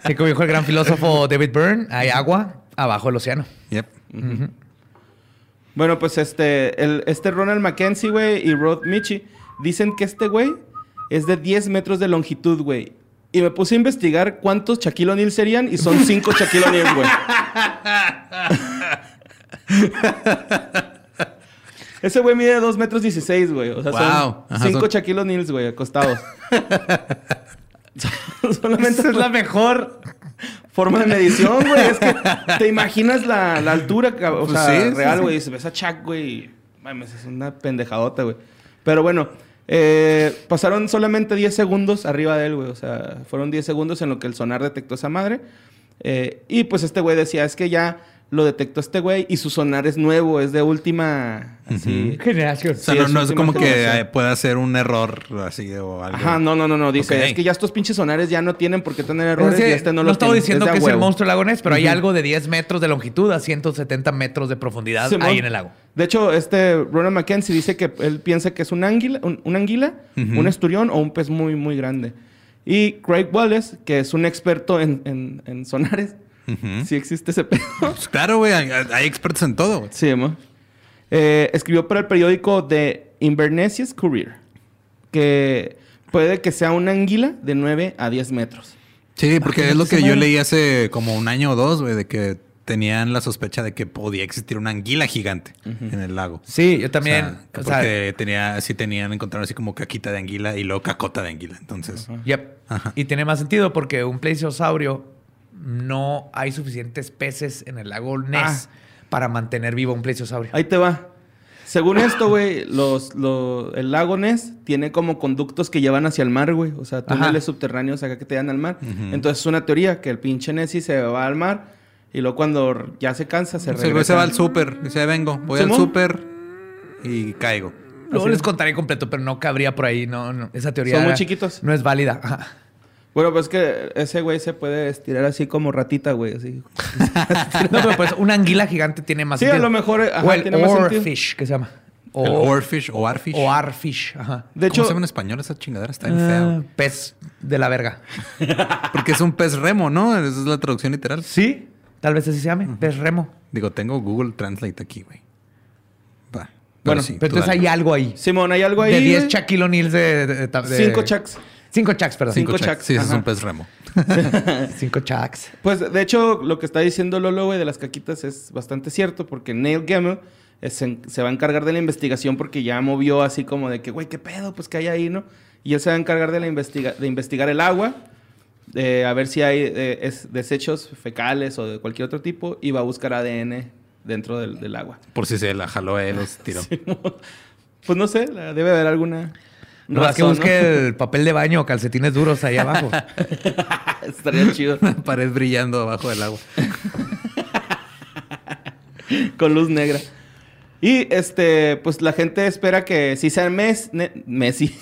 Speaker 3: y como dijo el gran filósofo David Byrne, hay agua abajo del océano.
Speaker 2: Yep.
Speaker 4: Bueno, pues este, el, este Ronald Mackenzie, güey, y Rod Michi dicen que este güey es de 10 metros de longitud, güey. Y me puse a investigar cuántos Shaquille O'Neal serían y son 5 Shaquille O'Neal, güey. Ese güey mide 2 metros 16, güey. O sea,
Speaker 2: Wow.
Speaker 4: son
Speaker 2: Ajá,
Speaker 4: 5
Speaker 2: son-
Speaker 4: Shaquille O'Neals, güey, acostados. Solamente
Speaker 3: Esa es la mejor.
Speaker 4: forma de medición, güey. Es que te imaginas la, la altura, cab- o
Speaker 2: Pues
Speaker 4: sea,
Speaker 2: sí, sí,
Speaker 4: real,
Speaker 2: sí.
Speaker 4: güey. Y Ves a Chuck, güey. y, Mames, es una pendejadota, güey. Pero bueno, eh, pasaron solamente 10 segundos arriba de él, güey. O sea, fueron 10 segundos en lo que el sonar detectó esa madre. Eh, y pues este güey decía, es que ya lo detectó este güey y su sonar es nuevo, es de última. Así.
Speaker 3: Generación.
Speaker 2: O sea,
Speaker 4: Sí,
Speaker 2: no,
Speaker 4: es
Speaker 2: no es
Speaker 4: última
Speaker 2: como que
Speaker 4: generación.
Speaker 2: eh, pueda ser un error así o algo.
Speaker 4: Ajá, no, no, no, no. Dice,
Speaker 2: Ok.
Speaker 4: es que ya estos pinches sonares ya no tienen por qué tener
Speaker 3: Es
Speaker 4: errores
Speaker 3: que
Speaker 4: y este no,
Speaker 3: no
Speaker 4: los
Speaker 3: estaba
Speaker 4: tiene.
Speaker 3: diciendo
Speaker 4: de a
Speaker 3: que es el
Speaker 4: huevo.
Speaker 3: monstruo lagonés, pero hay algo de 10 metros de longitud a 170 metros de profundidad
Speaker 4: Simón.
Speaker 3: ahí en el lago.
Speaker 4: De hecho, este Ronald Mackenzie dice que él piensa que es un águila, un, un anguila, un esturión o un pez muy, muy grande. Y Craig Wallace, que es un experto en, en- en sonares, si existe ese pedo.
Speaker 2: Pues claro, güey, hay, hay expertos en todo. güey.
Speaker 4: sí, amor. Eh, escribió para el periódico The Inverness Courier que puede que sea una anguila de 9 a 10 metros.
Speaker 2: Sí, porque es lo que
Speaker 3: esa
Speaker 2: yo
Speaker 3: madre.
Speaker 2: leí hace como un año o dos, güey, de que tenían la sospecha de que podía existir una anguila gigante en el lago.
Speaker 3: Sí, yo también.
Speaker 2: O sea,
Speaker 3: o sea,
Speaker 2: porque tenía, sí tenían, encontraron así como caquita de anguila y luego cacota de anguila. Entonces,
Speaker 3: yep.
Speaker 2: Ajá.
Speaker 3: Y tiene más sentido porque un plesiosaurio no hay suficientes peces en el lago
Speaker 4: Ah.
Speaker 3: Ness para mantener vivo un plesiosaurio.
Speaker 4: Ahí te va. Según esto, güey, los, lo- el lago Ness tiene como conductos que llevan hacia el mar, güey. O sea, túneles subterráneos acá que te dan al mar. Entonces, es una teoría que el pinche Nessie se va al mar y luego cuando ya se cansa se
Speaker 2: O sea, el
Speaker 4: regresa.
Speaker 2: güey se va al súper, dice, vengo, voy al
Speaker 4: Simón.
Speaker 2: súper y caigo.
Speaker 3: Luego les contaré completo, pero no cabría por ahí. No, no. Esa teoría
Speaker 4: Son muy
Speaker 3: era-
Speaker 4: chiquitos.
Speaker 3: no es válida. Ajá.
Speaker 4: Bueno, pues que ese güey se puede estirar así como ratita, güey. Así.
Speaker 3: No, pero pues una anguila gigante tiene más
Speaker 4: Sí, a
Speaker 3: sentido.
Speaker 4: lo mejor, ajá,
Speaker 3: o el
Speaker 4: tiene más sentido.
Speaker 3: fish, que se llama. O,
Speaker 2: El oarfish o arfish.
Speaker 3: o arfish, ajá.
Speaker 4: De
Speaker 2: ¿Cómo se
Speaker 4: hecho,
Speaker 2: llama en español esa chingadera? Está bien
Speaker 3: Ah,
Speaker 2: feo.
Speaker 3: pez de la verga.
Speaker 2: Porque es un pez remo, ¿no? Esa es la traducción literal.
Speaker 3: Sí. Tal vez así se llame. Pez remo.
Speaker 2: Digo, tengo Google Translate aquí, güey. Va.
Speaker 4: Bueno,
Speaker 3: Pero
Speaker 2: tú
Speaker 3: entonces
Speaker 2: dale.
Speaker 3: hay algo ahí.
Speaker 4: Simón, hay algo ahí.
Speaker 3: de 10
Speaker 4: güey?
Speaker 3: Shaquille O'Neal de, de- de- de-
Speaker 4: 5 chacks.
Speaker 3: Cinco chacks, perdón.
Speaker 4: Cinco
Speaker 2: Cinco chacks.
Speaker 4: chacks,
Speaker 2: Sí, ese es
Speaker 4: ajá.
Speaker 2: un pez remo.
Speaker 3: Cinco chacks.
Speaker 4: Pues de hecho, lo que está diciendo Lolo, güey, de las caquitas es bastante cierto, porque Neil Gaiman es- se, se va a encargar de la investigación porque ya movió así como de que, güey, qué pedo, pues que hay ahí, ¿no? Y él se va a encargar de, la investiga de investigar el agua eh, a ver si hay eh, es- desechos fecales o de cualquier otro tipo y va a buscar ADN dentro del, del agua.
Speaker 2: Por si se la jaló él, los tiró.
Speaker 4: Pues no sé, la- debe haber alguna.
Speaker 3: No, es que
Speaker 4: razón,
Speaker 3: busque el papel de baño o calcetines duros ahí abajo.
Speaker 4: ¿no? Estaría chido.
Speaker 2: Una pared brillando abajo del agua.
Speaker 4: con luz negra. Y este, pues la gente espera que si sea mes, ne- Messi.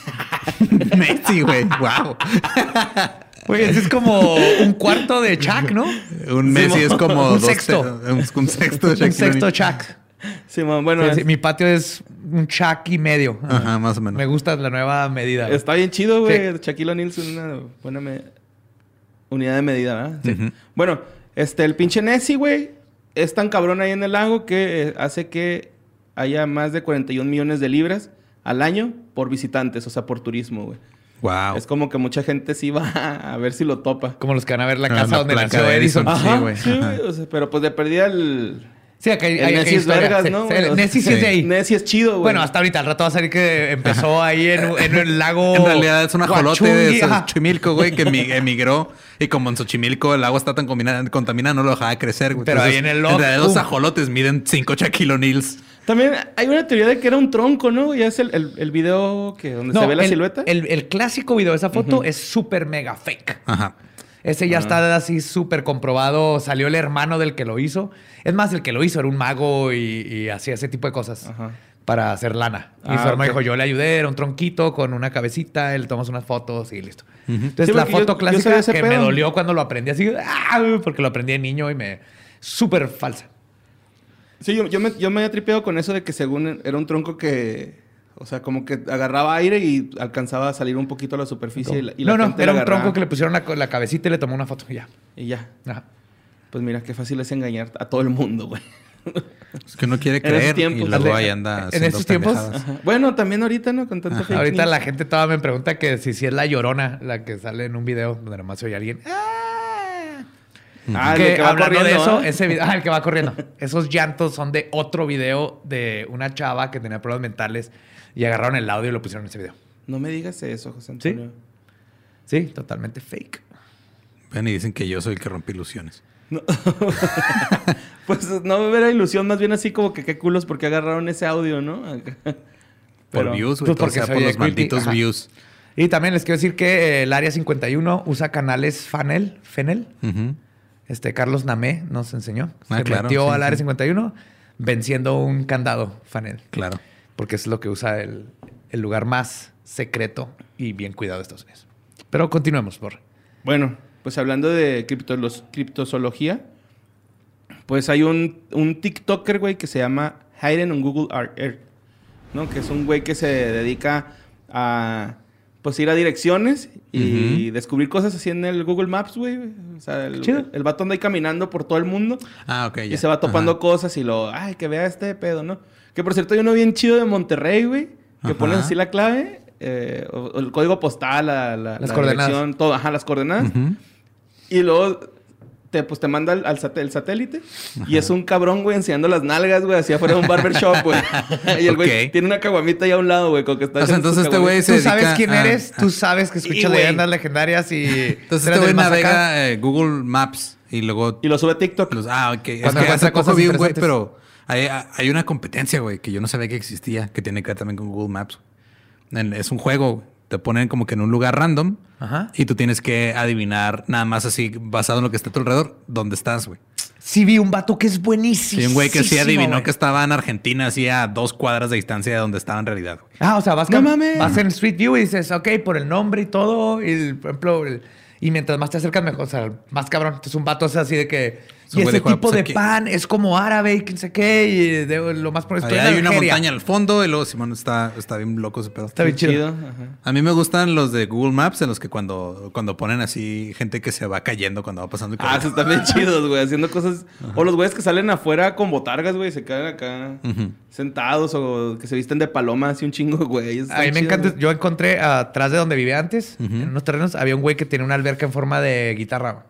Speaker 2: Messi, güey. Wow.
Speaker 3: Güey, ese es como un cuarto de Chuck, ¿no?
Speaker 2: Un Messi es como
Speaker 3: Un
Speaker 2: dos
Speaker 3: sexto.
Speaker 2: te- un, un sexto de
Speaker 3: Un
Speaker 2: Shaquille
Speaker 3: sexto
Speaker 2: O'Neal.
Speaker 3: Chuck.
Speaker 4: Simón, bueno,
Speaker 3: Sí,
Speaker 4: es-
Speaker 3: Mi patio es un Chuck y medio.
Speaker 2: Ajá, más o menos.
Speaker 3: Me gusta la nueva medida. güey.
Speaker 4: está bien chido, güey.
Speaker 3: Sí.
Speaker 4: Shaquille O'Neal es una buena me- unidad de medida, ¿verdad? Sí. Bueno, este, el pinche Messi, güey, es tan cabrón ahí en el lago que eh, hace que haya más de 41 millones de libras al año por visitantes, o sea, por turismo, güey.
Speaker 2: Wow.
Speaker 4: Es como que mucha gente sí va a ver si lo topa.
Speaker 3: Como los que van a ver la
Speaker 2: Ah,
Speaker 3: casa
Speaker 2: la
Speaker 3: donde
Speaker 2: placa
Speaker 3: nació
Speaker 2: de
Speaker 3: Edison.
Speaker 2: Edison.
Speaker 3: Ah,
Speaker 4: Ajá,
Speaker 2: Sí, güey,
Speaker 4: sí,
Speaker 2: ajá.
Speaker 4: güey, o sea, pero pues de perdida el...
Speaker 3: Sí, acá hay,
Speaker 4: El
Speaker 3: hay-
Speaker 4: Nessie
Speaker 3: hay
Speaker 4: es
Speaker 3: historia.
Speaker 4: vergas,
Speaker 3: Sí,
Speaker 4: ¿no?
Speaker 3: sí, el Nessie sí es de ahí.
Speaker 4: Messi es chido, güey.
Speaker 3: Bueno, hasta ahorita al rato va a salir que empezó ahí en, en el lago.
Speaker 2: En realidad es un ajolote
Speaker 3: Huachungui,
Speaker 2: de
Speaker 3: ajá.
Speaker 2: Xochimilco, güey, que mi- emigró. Y como en Xochimilco el agua está tan combina- contaminada, no lo dejaba crecer, güey.
Speaker 3: Pero ahí en el loft,
Speaker 2: realidad los
Speaker 3: ¡pum!
Speaker 2: ajolotes miden 5 Shaquille O'Neals.
Speaker 4: También hay una teoría de que era un tronco, ¿no? Ya es el, el, el video que donde
Speaker 3: No,
Speaker 4: se ve la
Speaker 3: el-
Speaker 4: silueta.
Speaker 3: El, el clásico video de esa foto es súper mega fake.
Speaker 2: Ajá.
Speaker 3: Ese
Speaker 4: Ah.
Speaker 3: ya está así súper comprobado. Salió el hermano del que lo hizo. Es más, el que lo hizo era un mago y, y hacía ese tipo de cosas
Speaker 4: Ajá.
Speaker 3: para hacer lana. Y
Speaker 4: Ah,
Speaker 3: su hermano
Speaker 4: ok.
Speaker 3: dijo, yo le ayudé, era un tronquito con una cabecita, él tomamos unas fotos y listo. Entonces
Speaker 4: Sí,
Speaker 3: la
Speaker 4: porque yo-
Speaker 3: foto
Speaker 4: yo
Speaker 3: clásica
Speaker 4: sabía ese
Speaker 3: que me
Speaker 4: pedo.
Speaker 3: dolió cuando lo aprendí así, ¡ah! porque lo aprendí de niño y me... Súper falsa.
Speaker 4: Sí, yo, yo me, yo me había tripeado con eso de que según era un tronco que... O sea, como que agarraba aire y alcanzaba a salir un poquito a la superficie. Y la, y la
Speaker 3: no, no,
Speaker 4: gente
Speaker 3: era
Speaker 4: lo
Speaker 3: un
Speaker 4: agarraba
Speaker 3: tronco que le pusieron la, co- la cabecita y le tomó una foto. Ya.
Speaker 4: Y ya.
Speaker 3: Ajá.
Speaker 4: Pues mira, qué fácil es engañar a todo el mundo, güey.
Speaker 2: Es que no quiere
Speaker 4: esos
Speaker 2: creer. Y
Speaker 4: tiempos,
Speaker 2: luego
Speaker 3: Ale-
Speaker 2: ahí anda.
Speaker 3: en
Speaker 2: haciendo
Speaker 3: esos tiempos,
Speaker 2: pendejadas.
Speaker 4: Bueno, también ahorita, ¿no? Con tanta
Speaker 2: Ajá.
Speaker 4: fake
Speaker 3: Ahorita
Speaker 4: news.
Speaker 3: la gente todavía me pregunta que si, si es la llorona la que sale en un video donde nomás se oye a alguien. ¡Ah!
Speaker 4: Ah, el
Speaker 3: que,
Speaker 4: que, va
Speaker 3: hablando de
Speaker 4: corriendo,
Speaker 3: eso,
Speaker 4: ¿ah?
Speaker 2: ¿eh?
Speaker 3: ese video, ah, el que va corriendo. Esos llantos son de otro video de una chava que tenía problemas mentales y agarraron el audio y lo pusieron en ese video.
Speaker 4: No me digas eso, José Antonio.
Speaker 3: Sí, totalmente fake.
Speaker 2: Ven y dicen que yo soy el que rompe ilusiones.
Speaker 4: Pues no era ilusión, más bien así como que qué culos porque agarraron ese audio, ¿no? Pero-
Speaker 2: por views, güey.
Speaker 3: Pues porque
Speaker 2: o sea,
Speaker 3: se
Speaker 2: por
Speaker 3: oye
Speaker 2: los
Speaker 3: creepy,
Speaker 2: malditos
Speaker 3: ajá.
Speaker 2: views.
Speaker 3: Y también les quiero decir que eh, el área 51 usa canales Fanel, Fenel.
Speaker 2: Ujú.
Speaker 3: Este Carlos Namé nos enseñó.
Speaker 2: Ah,
Speaker 3: se
Speaker 2: claro,
Speaker 3: metió
Speaker 2: sí,
Speaker 3: al área
Speaker 2: sí.
Speaker 3: 51 venciendo un candado Fanel.
Speaker 2: Claro.
Speaker 3: porque es lo que usa el, el lugar más secreto y bien cuidado de Estados Unidos. Pero continuemos, por.
Speaker 4: Bueno, pues hablando de criptolos- criptozoología, pues hay un, un TikToker, güey, que se llama Hayden on Google Ar- Earth, ¿no? Que es un güey que se dedica a, pues, ir a direcciones y descubrir cosas así en el Google Maps, güey. O sea, el,
Speaker 3: chido.
Speaker 4: el vato anda ahí caminando por todo el mundo
Speaker 2: Ah, ok.
Speaker 4: y
Speaker 2: ya.
Speaker 4: se va topando
Speaker 2: Ajá.
Speaker 4: cosas y lo, ay, que vea este pedo, ¿no? Que por cierto hay uno bien chido de Monterrey, güey, que
Speaker 2: Ajá.
Speaker 4: pones así la clave, eh, o, o el código postal, la, la-
Speaker 3: Las
Speaker 4: la
Speaker 3: coordenadas.
Speaker 4: dirección, todo, ajá, las coordenadas.
Speaker 2: Ujú.
Speaker 4: Y luego te, pues, te manda al, al satel- el satélite y es un cabrón, güey, enseñando las nalgas, güey, hacia afuera de un barbershop, güey. y el güey
Speaker 2: Ok.
Speaker 4: tiene una caguamita ahí a un lado, güey, con que está...
Speaker 2: O sea,
Speaker 4: haciendo su
Speaker 2: entonces este güey
Speaker 4: caguamita.
Speaker 2: se
Speaker 3: Tú sabes
Speaker 2: dedica
Speaker 3: quién
Speaker 2: a-
Speaker 3: eres,
Speaker 2: a-
Speaker 3: tú sabes que
Speaker 4: Y,
Speaker 3: escuchas
Speaker 4: güey.
Speaker 3: leyendas legendarias y.
Speaker 2: Entonces este
Speaker 3: eres
Speaker 2: güey
Speaker 3: del más acá.
Speaker 2: navega eh, Google Maps y luego
Speaker 4: Y lo sube a TikTok.
Speaker 2: Los- ah, ok. Es
Speaker 3: Cuando
Speaker 2: que
Speaker 3: encuentra
Speaker 2: hace poco
Speaker 3: cosas
Speaker 2: vi un güey,
Speaker 3: interesantes.
Speaker 2: pero hay, hay una competencia, güey, que yo no sabía que existía, que tiene que ver también con Google Maps. En- es un juego, güey. te ponen como que en un lugar random
Speaker 3: Ajá.
Speaker 2: y tú tienes que adivinar nada más así, basado en lo que está a tu alrededor, dónde estás, güey.
Speaker 3: Sí, vi un vato que es buenísimo.
Speaker 2: Sí, un güey que sí adivinó
Speaker 3: güey.
Speaker 2: que estaba en Argentina, así a dos cuadras de distancia de donde estaba en realidad, güey.
Speaker 3: Ah, o sea, vas,
Speaker 4: No
Speaker 3: cam-
Speaker 4: mames.
Speaker 3: vas en Street View y dices, ok, por el nombre y todo. Y, el- por ejemplo, el- y mientras más te acercas, mejor. O sea, más cabrón. Entonces, un vato es así de que.
Speaker 2: Es un
Speaker 3: Y
Speaker 2: güey
Speaker 3: ese
Speaker 2: de, "Joder,
Speaker 3: tipo
Speaker 2: pues,
Speaker 3: de
Speaker 2: aquí-
Speaker 3: pan es como árabe y quién sé qué. Y de- lo más probable
Speaker 2: Allá
Speaker 3: Pues estoy en
Speaker 2: hay una
Speaker 3: Algeria".
Speaker 2: montaña al fondo y luego Simón está, está bien loco ese pedo.
Speaker 3: Está bien chido.
Speaker 4: ajá.
Speaker 2: A mí me gustan los de Google Maps en los que cuando, cuando ponen así gente que se va cayendo cuando va pasando. y que-
Speaker 4: Ah, esos están bien chidos, güey, haciendo cosas. O los güeyes que salen afuera con botargas, güey, y se quedan acá sentados o que se visten de paloma así un chingo, güey.
Speaker 3: A mí me encanta. Yo encontré atrás de donde vivía antes, en unos terrenos, había un güey que tenía una alberca en forma de guitarra.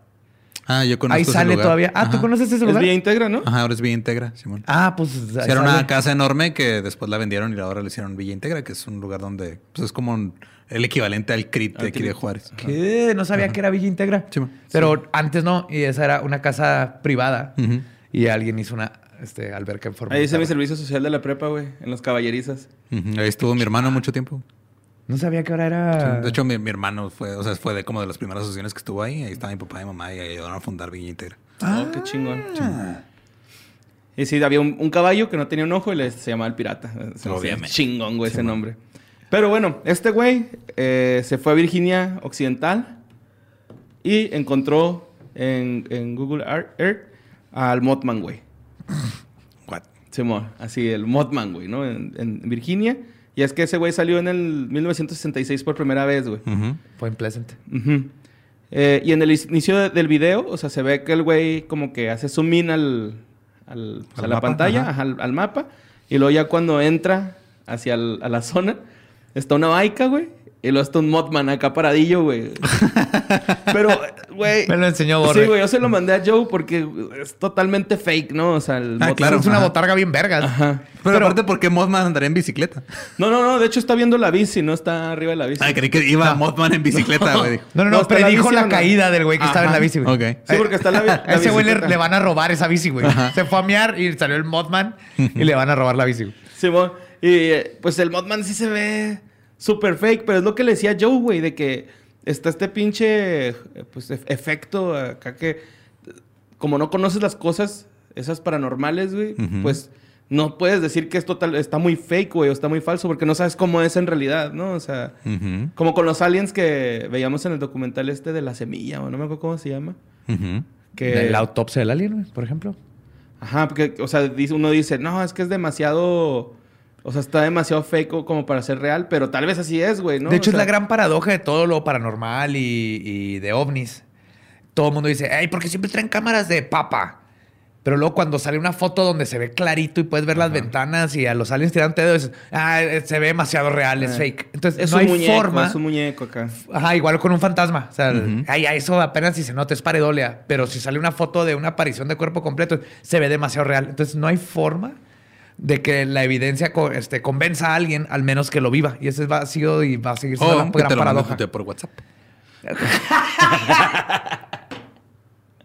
Speaker 2: Ah, yo conozco
Speaker 3: Ahí
Speaker 2: ese
Speaker 3: sale
Speaker 2: lugar.
Speaker 3: todavía. Ah, ¿tú
Speaker 2: Ajá.
Speaker 3: conoces ese
Speaker 4: Es
Speaker 3: lugar?
Speaker 4: Villa Integra, ¿no?
Speaker 2: Ajá, ahora es Villa Integra, Simón.
Speaker 3: Ah, pues.
Speaker 2: Sí,
Speaker 3: ahí
Speaker 2: era
Speaker 3: sale.
Speaker 2: una casa enorme que después la vendieron y ahora le hicieron Villa Integra, que es un lugar donde pues, es como un- el equivalente al CRIT de aquí de Juárez. Ajá.
Speaker 3: ¿Qué? No sabía que era Villa Integra.
Speaker 2: Sí, ma.
Speaker 3: Pero antes no, y esa era una casa privada.
Speaker 2: Ujú.
Speaker 3: Y alguien hizo una este, alberca en forma
Speaker 4: Ahí
Speaker 3: de
Speaker 4: hice mi
Speaker 3: tabla.
Speaker 4: servicio social de la prepa, güey. En las caballerizas.
Speaker 2: Ujú, Ahí estuvo mi hermano mucho tiempo.
Speaker 3: No sabía que ahora era.
Speaker 2: De hecho, mi, mi hermano fue, o sea, fue de como de las primeras asociaciones que estuvo ahí. Ahí estaba mi papá y mamá y ayudaron a fundar Villa Integra.
Speaker 4: Oh, qué chingón. Y sí, había un, un caballo que no tenía un ojo y le- se llamaba el pirata. Se me hacía
Speaker 2: Obviamente.
Speaker 4: Chingón, güey, ese nombre. Pero bueno, este güey eh, se fue a Virginia Occidental y encontró en, en Google Ar- Earth al Mothman, güey.
Speaker 2: What?
Speaker 4: Simón, así el Mothman, güey, ¿no? En, en Virginia. Y es que ese güey salió en el 1966 por primera vez, güey.
Speaker 2: Ujú.
Speaker 3: Fue en Pleasant.
Speaker 4: Ujú. Eh, y en el is- inicio de- del video, o sea, se ve que el güey como que hace zoom in al, al- pues,
Speaker 2: Al
Speaker 4: a la
Speaker 2: mapa,
Speaker 4: pantalla,
Speaker 2: ajá.
Speaker 4: ajá, al, al mapa. Y luego ya cuando entra hacia el- a la zona, está una baica, güey. Y luego está un Mothman acá paradillo, güey. Pero, güey...
Speaker 3: Me lo enseñó Borre.
Speaker 4: Sí, güey, yo se lo mandé a Joe porque es totalmente fake, ¿no? O sea, el
Speaker 2: Ah,
Speaker 4: Mothman-
Speaker 2: claro.
Speaker 3: es una
Speaker 2: Ajá.
Speaker 3: botarga bien vergas.
Speaker 4: Ajá.
Speaker 2: Pero, aparte, ¿por qué Mothman andaría en bicicleta?
Speaker 4: No, no, no. De hecho, está viendo la bici, no está arriba de la bici.
Speaker 2: Ah, creí que iba Mothman en bicicleta, güey.
Speaker 3: No, no,
Speaker 4: No,
Speaker 3: no,
Speaker 4: está la
Speaker 3: predijo
Speaker 4: bici,
Speaker 3: la
Speaker 4: ¿no?
Speaker 3: caída del güey que estaba en la bici, güey.
Speaker 2: ok.
Speaker 4: Sí, porque está la, bi-
Speaker 3: A
Speaker 4: la
Speaker 3: ese güey le,
Speaker 4: bicicleta.
Speaker 3: le van a robar esa bici, güey. Se fue a mear y salió el Mothman y le van a robar la bici, güey.
Speaker 4: Simón. Y eh, pues el Modman sí se ve súper fake, pero es lo que le decía Joe, güey, de que está este pinche eh, pues, ef- efecto acá que eh, como no conoces las cosas, esas paranormales, güey, pues no puedes decir que es total, está muy fake, güey, o está muy falso, porque no sabes cómo es en realidad, ¿no? O sea,
Speaker 2: Ujú,
Speaker 4: como con los aliens que veíamos en el documental este de la semilla, o no me acuerdo cómo se llama.
Speaker 2: ujú.
Speaker 4: Que...
Speaker 3: De La autopsia del alien, güey, por ejemplo.
Speaker 4: Ajá, porque, o sea, dice- uno dice, no, es que es demasiado. O sea, está demasiado fake o- como para ser real, pero tal vez así es, güey, ¿no?
Speaker 3: de hecho,
Speaker 4: O sea,
Speaker 3: es la gran paradoja de todo lo paranormal y, y de ovnis. Todo el mundo dice, ay, ¿por qué siempre traen cámaras de papa? Pero luego cuando sale una foto donde se ve clarito y puedes ver las ventanas y a los aliens tirando dedos, ah, eh, se ve demasiado real, es
Speaker 4: eh,
Speaker 3: fake. Entonces,
Speaker 4: es
Speaker 3: no
Speaker 4: un
Speaker 3: hay
Speaker 4: muñeco,
Speaker 3: forma.
Speaker 4: Es un muñeco acá.
Speaker 3: Ajá, igual con un fantasma. O sea, ay, a eso apenas si se nota es paredolea. Pero si sale una foto de una aparición de cuerpo completo, se ve demasiado real. Entonces, no hay forma de que la evidencia co- este, convenza a alguien, al menos que lo viva. Y ese ha sido y va a seguir siendo
Speaker 2: O
Speaker 3: la
Speaker 2: Oh, que te
Speaker 3: gran
Speaker 2: lo mando
Speaker 3: paradoja.
Speaker 2: por WhatsApp.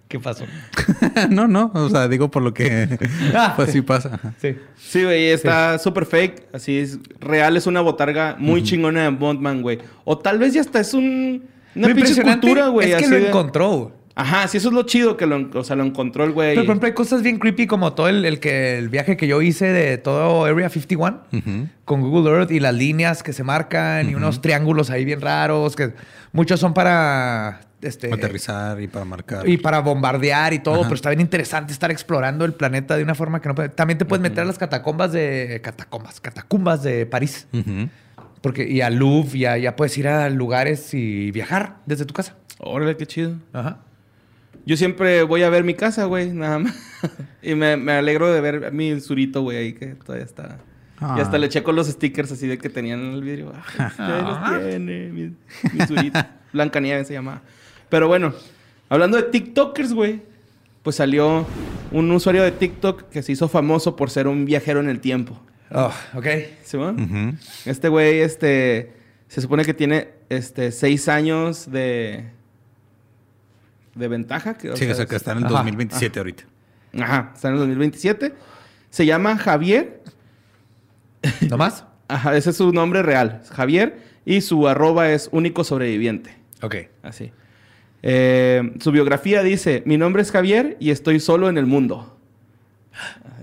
Speaker 3: ¿Qué pasó?
Speaker 2: no, no. O sea, digo por lo que... pues sí pasa. ajá.
Speaker 3: Sí.
Speaker 4: Sí, güey, está súper fake. Así es. Real es una botarga muy chingona de Bondman, güey. O tal vez ya hasta es un. Una
Speaker 3: Lo
Speaker 4: pinche
Speaker 3: impresionante
Speaker 4: cultura, güey.
Speaker 3: Es que
Speaker 4: así
Speaker 3: lo
Speaker 4: de-
Speaker 3: encontró. güey.
Speaker 4: Ajá, sí, eso es lo chido que lo, en- o sea, lo encontró el güey.
Speaker 3: Pero, por ejemplo, hay cosas bien creepy como todo el, el que, el viaje que yo hice de todo Area 51
Speaker 2: Ujú.
Speaker 3: con Google Earth y las líneas que se marcan y unos triángulos ahí bien raros que muchos son para... Este,
Speaker 2: Aterrizar y para marcar.
Speaker 3: Y para bombardear y todo,
Speaker 2: Ajá.
Speaker 3: pero está bien interesante estar explorando el planeta de una forma que no puede. También te puedes meter a las catacombas de. Catacombas, catacumbas de París.
Speaker 2: Ujú.
Speaker 3: Porque, y a Louvre, ya, ya puedes ir a lugares y viajar desde tu casa.
Speaker 4: Órale, qué chido.
Speaker 3: Ajá.
Speaker 4: Yo siempre voy a ver mi casa, güey, nada más. y me, me alegro de ver mi surito, güey, ahí que todavía está.
Speaker 2: Ah.
Speaker 4: Y hasta le checo los stickers así de que tenían en el vidrio. Ah, ahí los tiene, mi, mi surito. Blancanieves se llamaba. Pero bueno, hablando de TikTokers, güey, pues salió un usuario de TikTok que se hizo famoso por ser un viajero en el tiempo.
Speaker 3: Oh, ok.
Speaker 4: ¿Sí, va?
Speaker 2: Ujú.
Speaker 4: Este güey, este, se supone que tiene, este, seis años de, de ventaja. que, o
Speaker 2: Sí,
Speaker 4: sea,
Speaker 2: o sea, que está en el
Speaker 3: ajá,
Speaker 2: 2027 ahorita.
Speaker 4: Ajá, está en el 2027. Se llama Javier.
Speaker 3: ¿No más?
Speaker 4: Ajá, ese es su nombre real. Javier. Y su arroba es único sobreviviente.
Speaker 3: Ok.
Speaker 4: Así. Eh, su biografía dice: Mi nombre es Javier y estoy solo en el mundo.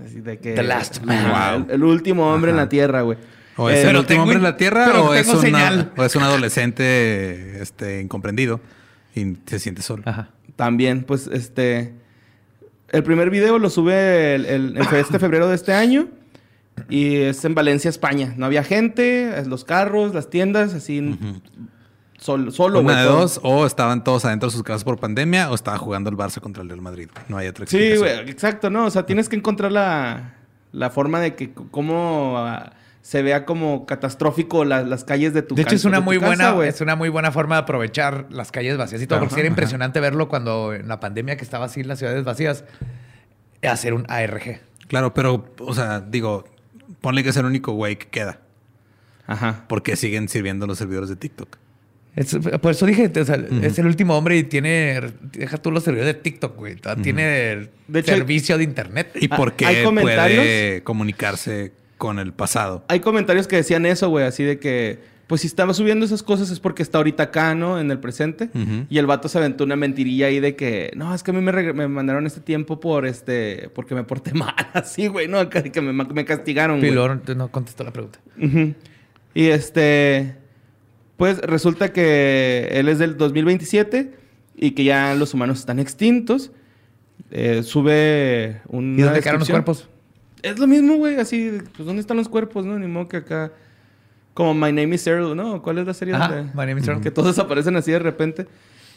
Speaker 4: Así de que-
Speaker 3: The last man.
Speaker 4: Ajá, el, el último hombre en la tierra, güey.
Speaker 2: O es
Speaker 4: Eh,
Speaker 2: el
Speaker 3: pero
Speaker 2: último
Speaker 3: tengo
Speaker 2: hombre en
Speaker 3: in-
Speaker 2: la tierra
Speaker 3: pero
Speaker 2: o es,
Speaker 3: tengo
Speaker 2: una,
Speaker 3: señal.
Speaker 2: o es un adolescente este, incomprendido y se siente solo.
Speaker 3: Ajá.
Speaker 4: También, pues, este. El primer video lo sube el, el- en fe- este febrero de este año. Y es en Valencia, España. No había gente, es los carros, las tiendas, así. sol- solo,
Speaker 2: Una
Speaker 4: güey,
Speaker 2: de
Speaker 4: todo.
Speaker 2: dos, o estaban todos adentro de sus casas por pandemia o estaba jugando el Barça contra el Real Madrid. No hay otra
Speaker 4: Sí,
Speaker 2: explicación.
Speaker 4: güey, exacto, ¿no? O sea, tienes que encontrar la, la forma de que c- cómo ah, se vea como catastrófico la- las calles de tu
Speaker 3: de hecho,
Speaker 4: ca-
Speaker 3: es una,
Speaker 4: de tu
Speaker 3: muy
Speaker 4: casa,
Speaker 3: buena,
Speaker 4: güey.
Speaker 3: es una muy buena forma de aprovechar las calles vacías y todo. porque sí era impresionante verlo cuando en la pandemia que estaba así en las ciudades vacías, hacer un ARG.
Speaker 2: Claro, pero, o sea, digo, ponle que es el único güey que queda.
Speaker 4: Ajá.
Speaker 2: Porque siguen sirviendo los servidores de TikTok.
Speaker 3: Es- por eso dije, o sea, es el último hombre y tiene, deja tú los servidores de TikTok, güey. Todavía Tiene
Speaker 4: De hecho, hay-
Speaker 3: servicio de internet.
Speaker 2: Y
Speaker 4: Ah,
Speaker 2: porque
Speaker 4: ¿hay
Speaker 2: puede
Speaker 4: comentarios?
Speaker 2: comunicarse con el pasado.
Speaker 4: Hay comentarios que decían eso, güey, así de que, pues si estaba subiendo esas cosas es porque está ahorita acá, ¿no? En el presente.
Speaker 2: Ujú.
Speaker 4: Y el vato se aventó una mentirilla ahí de que, no, es que a mí me, reg- me mandaron este tiempo por este, porque me porté mal, así, güey, ¿no? Que, que me, ma- me castigaron, güey.
Speaker 3: Pilor no contestó la pregunta.
Speaker 4: Ujú. Y este, pues resulta que él es del 2027 y que ya los humanos están extintos. Eh, sube un...
Speaker 3: ¿Y dónde quedaron los cuerpos?
Speaker 4: Es lo mismo, güey, así, pues ¿dónde están los cuerpos, no? Ni modo que acá... Como My Name is Earl, ¿no? ¿Cuál es la serie?
Speaker 3: Ajá,
Speaker 4: donde-
Speaker 3: My Name is Earl.
Speaker 4: Que todos aparecen así de repente.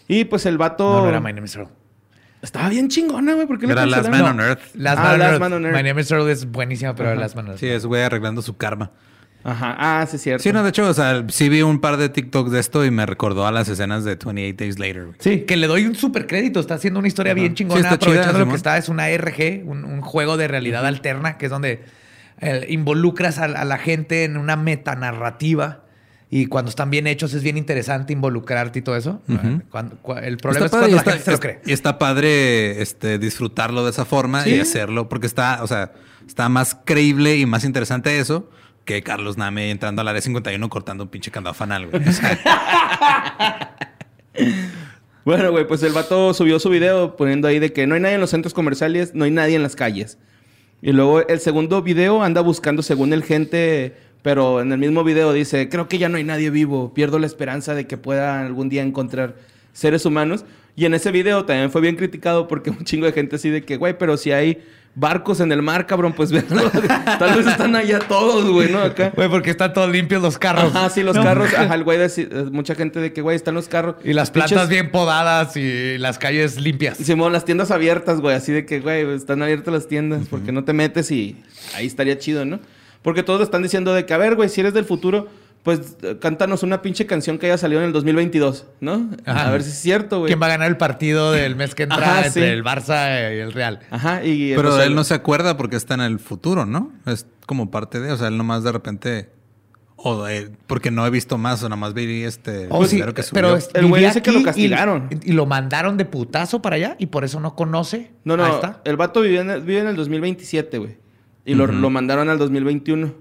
Speaker 4: Y pues el vato...
Speaker 3: No, no era My Name is Earl.
Speaker 4: Estaba bien chingona, güey. ¿Por qué lo
Speaker 2: Era Last Man
Speaker 4: cancelaron?
Speaker 2: on Earth.
Speaker 3: Last,
Speaker 4: Ah,
Speaker 3: Man, on
Speaker 4: Last
Speaker 3: Earth.
Speaker 4: Man on Earth.
Speaker 3: My Name is Earl es buenísima, pero
Speaker 4: Ajá.
Speaker 3: Last Man on Earth.
Speaker 2: Sí, es güey arreglando su karma.
Speaker 4: Ajá. Ah, sí, cierto.
Speaker 2: Sí, no, de hecho, o sea, sí vi un par de TikToks de esto y me recordó a las escenas de 28 Days Later. güey.
Speaker 3: Sí, que le doy un super crédito. Está haciendo una historia bien chingona.
Speaker 2: Sí, está chida,
Speaker 3: aprovechando lo
Speaker 2: Simón.
Speaker 3: que está. Es una RG, un, un juego de realidad alterna, que es donde eh, involucras a, a la gente en una metanarrativa. Y cuando están bien hechos es bien interesante involucrarte y todo eso.
Speaker 2: Ujú.
Speaker 3: Cuando- cua- el problema
Speaker 2: Está padre
Speaker 3: es cuando
Speaker 2: y
Speaker 3: la
Speaker 2: está-
Speaker 3: gente se lo
Speaker 2: es-
Speaker 3: cree.
Speaker 2: Y está padre este, disfrutarlo de esa forma y
Speaker 4: Sí.
Speaker 2: hacerlo, porque está, o sea, está más creíble y más interesante eso que Carlos Name entrando al área 51 cortando un pinche candado fanal, güey. O sea,
Speaker 4: Bueno, güey, pues el vato subió su video poniendo ahí de que no hay nadie en los centros comerciales, no hay nadie en las calles. Y luego el segundo video anda buscando según el gente, pero en el mismo video dice, creo que ya no hay nadie vivo, pierdo la esperanza de que pueda algún día encontrar seres humanos. Y en ese video también fue bien criticado porque un chingo de gente así de que, güey, pero si hay barcos en el mar, cabrón, pues véanlo. tal vez están allá todos, güey, ¿no? Acá.
Speaker 3: Güey, porque están todos limpios los carros.
Speaker 4: Ajá, sí, los
Speaker 3: No.
Speaker 4: carros. Ajá, el güey, deci- eh, mucha gente de que, güey, están los carros.
Speaker 3: Y las
Speaker 4: Pinches-
Speaker 3: plantas bien podadas y las calles limpias.
Speaker 4: Simón, las tiendas abiertas, güey. Así de que, güey, están abiertas las tiendas porque no te metes y ahí estaría chido, ¿no? Porque todos están diciendo de que, a ver, güey, si eres del futuro, pues eh, cántanos una pinche canción que haya salido en el 2022, ¿no?
Speaker 3: Ajá.
Speaker 4: A ver si es cierto, güey.
Speaker 3: ¿Quién va a ganar el partido del mes que entra
Speaker 4: Ajá,
Speaker 3: entre
Speaker 4: sí.
Speaker 3: el Barça y el Real?
Speaker 4: Ajá, y... eh,
Speaker 2: Pero
Speaker 4: pues,
Speaker 2: él
Speaker 4: el-
Speaker 2: no se acuerda porque está en el futuro, ¿no? Es como parte de, o sea, él nomás de repente, o eh, porque no he visto más, o nomás vi este
Speaker 3: Oh, sí,
Speaker 2: primero que subió.
Speaker 3: pero
Speaker 4: El güey
Speaker 3: vivía
Speaker 4: ese que lo
Speaker 3: aquí y-
Speaker 4: castigaron.
Speaker 3: Y, lo mandaron de putazo para allá y por eso no conoce.
Speaker 4: No,
Speaker 3: Ahí
Speaker 4: no,
Speaker 3: está.
Speaker 4: el vato vive en, el- vive en el 2027, güey. Y lo, lo mandaron al 2021.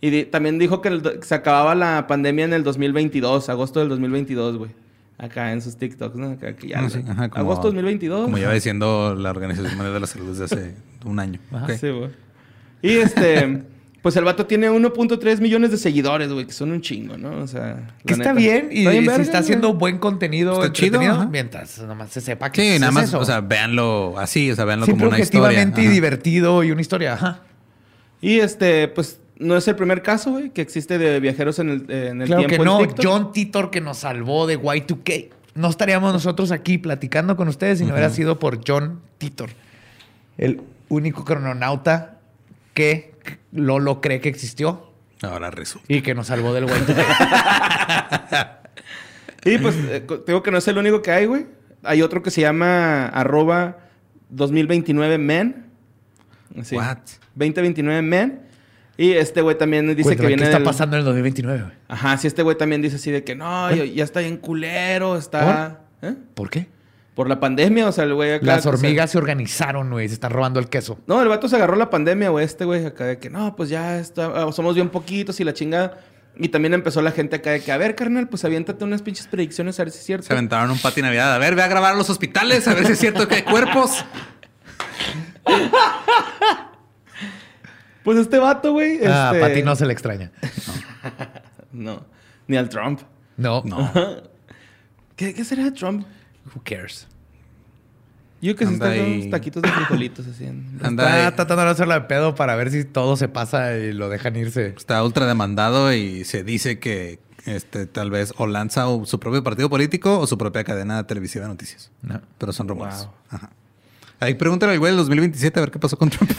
Speaker 4: Y di- también dijo que el do- se acababa la pandemia en el 2022, agosto del 2022, güey. Acá en sus TikToks, ¿no? Acá que ya,
Speaker 2: Ah, sí, ajá, como-
Speaker 4: agosto 2022.
Speaker 2: Como lleva diciendo la Organización Mundial de la Salud desde hace un año. Ok.
Speaker 4: Sí, güey. Y este, pues el vato tiene 1.3 millones de seguidores, güey, que son un chingo, ¿no? O sea,
Speaker 3: Que
Speaker 4: la
Speaker 3: está
Speaker 4: neta.
Speaker 3: bien y, si
Speaker 4: verga,
Speaker 3: está
Speaker 4: güey.
Speaker 3: haciendo buen contenido,
Speaker 2: Está chido,
Speaker 3: entretenido,
Speaker 2: ajá.
Speaker 3: mientras nomás se sepa que
Speaker 2: Sí,
Speaker 3: es
Speaker 2: nada más,
Speaker 3: eso.
Speaker 2: o sea, véanlo así, o sea, véanlo
Speaker 3: siempre
Speaker 2: como una historia.
Speaker 3: objetivamente y
Speaker 2: Ajá.
Speaker 3: divertido y una historia. Ajá.
Speaker 4: Y este, pues no es el primer caso, güey, que existe de viajeros en el, en el
Speaker 3: Claro
Speaker 4: tiempo
Speaker 3: que
Speaker 4: en
Speaker 3: no,
Speaker 4: TikTok.
Speaker 3: John Titor que nos salvó de Y2K. No estaríamos nosotros aquí platicando con ustedes si no hubiera sido por John Titor, el único crononauta que Lolo cree que existió
Speaker 2: Ahora resulta.
Speaker 3: y que nos salvó del Y2K.
Speaker 4: Y pues, eh, co- te digo que no es el único que hay, güey. Hay otro que se llama arroba 2029men. Así.
Speaker 2: What?
Speaker 4: 2029men. Y este güey también dice
Speaker 3: Cuéntame,
Speaker 4: que viene
Speaker 3: ¿Qué está
Speaker 4: del-
Speaker 3: pasando ¿Eh? en el 2029? güey?
Speaker 4: Ajá, sí, este güey también dice así de que no, ya, ya está bien culero, está... ¿Eh?
Speaker 3: ¿Por qué?
Speaker 4: Por la pandemia, o sea, el güey acá...
Speaker 3: Las
Speaker 4: o sea,
Speaker 3: hormigas se organizaron, güey. Se están robando el queso.
Speaker 4: no, el vato se agarró la pandemia, güey, este güey acá de que no, pues ya está, ah, somos bien poquitos y la chingada. Y también empezó la gente acá de que, a ver, carnal, pues aviéntate unas pinches predicciones a ver si es cierto.
Speaker 2: Se aventaron un pati Navidad. A ver, ve a grabar a los hospitales, a ver si es cierto que hay cuerpos.
Speaker 4: Pues este vato, güey...
Speaker 3: Ah,
Speaker 4: este-
Speaker 3: para ti no se le extraña.
Speaker 4: No, ni al Trump.
Speaker 3: No.
Speaker 2: No.
Speaker 4: ¿Qué, qué será de Trump?
Speaker 3: Who cares?
Speaker 4: Yo que sí
Speaker 2: Anda
Speaker 4: están con
Speaker 2: ahí.
Speaker 4: unos taquitos de frijolitos así. en-
Speaker 2: Anda,
Speaker 3: Está tratando de hacerla de pedo para ver si todo se pasa y lo dejan irse.
Speaker 2: está ultra demandado y se dice que este, tal vez o lanza o su propio partido político o su propia cadena televisiva de noticias.
Speaker 3: No.
Speaker 2: Pero son rumores.
Speaker 4: Wow.
Speaker 2: Ajá. Ahí pregúntale al güey del 2027 a ver qué pasó con Trump.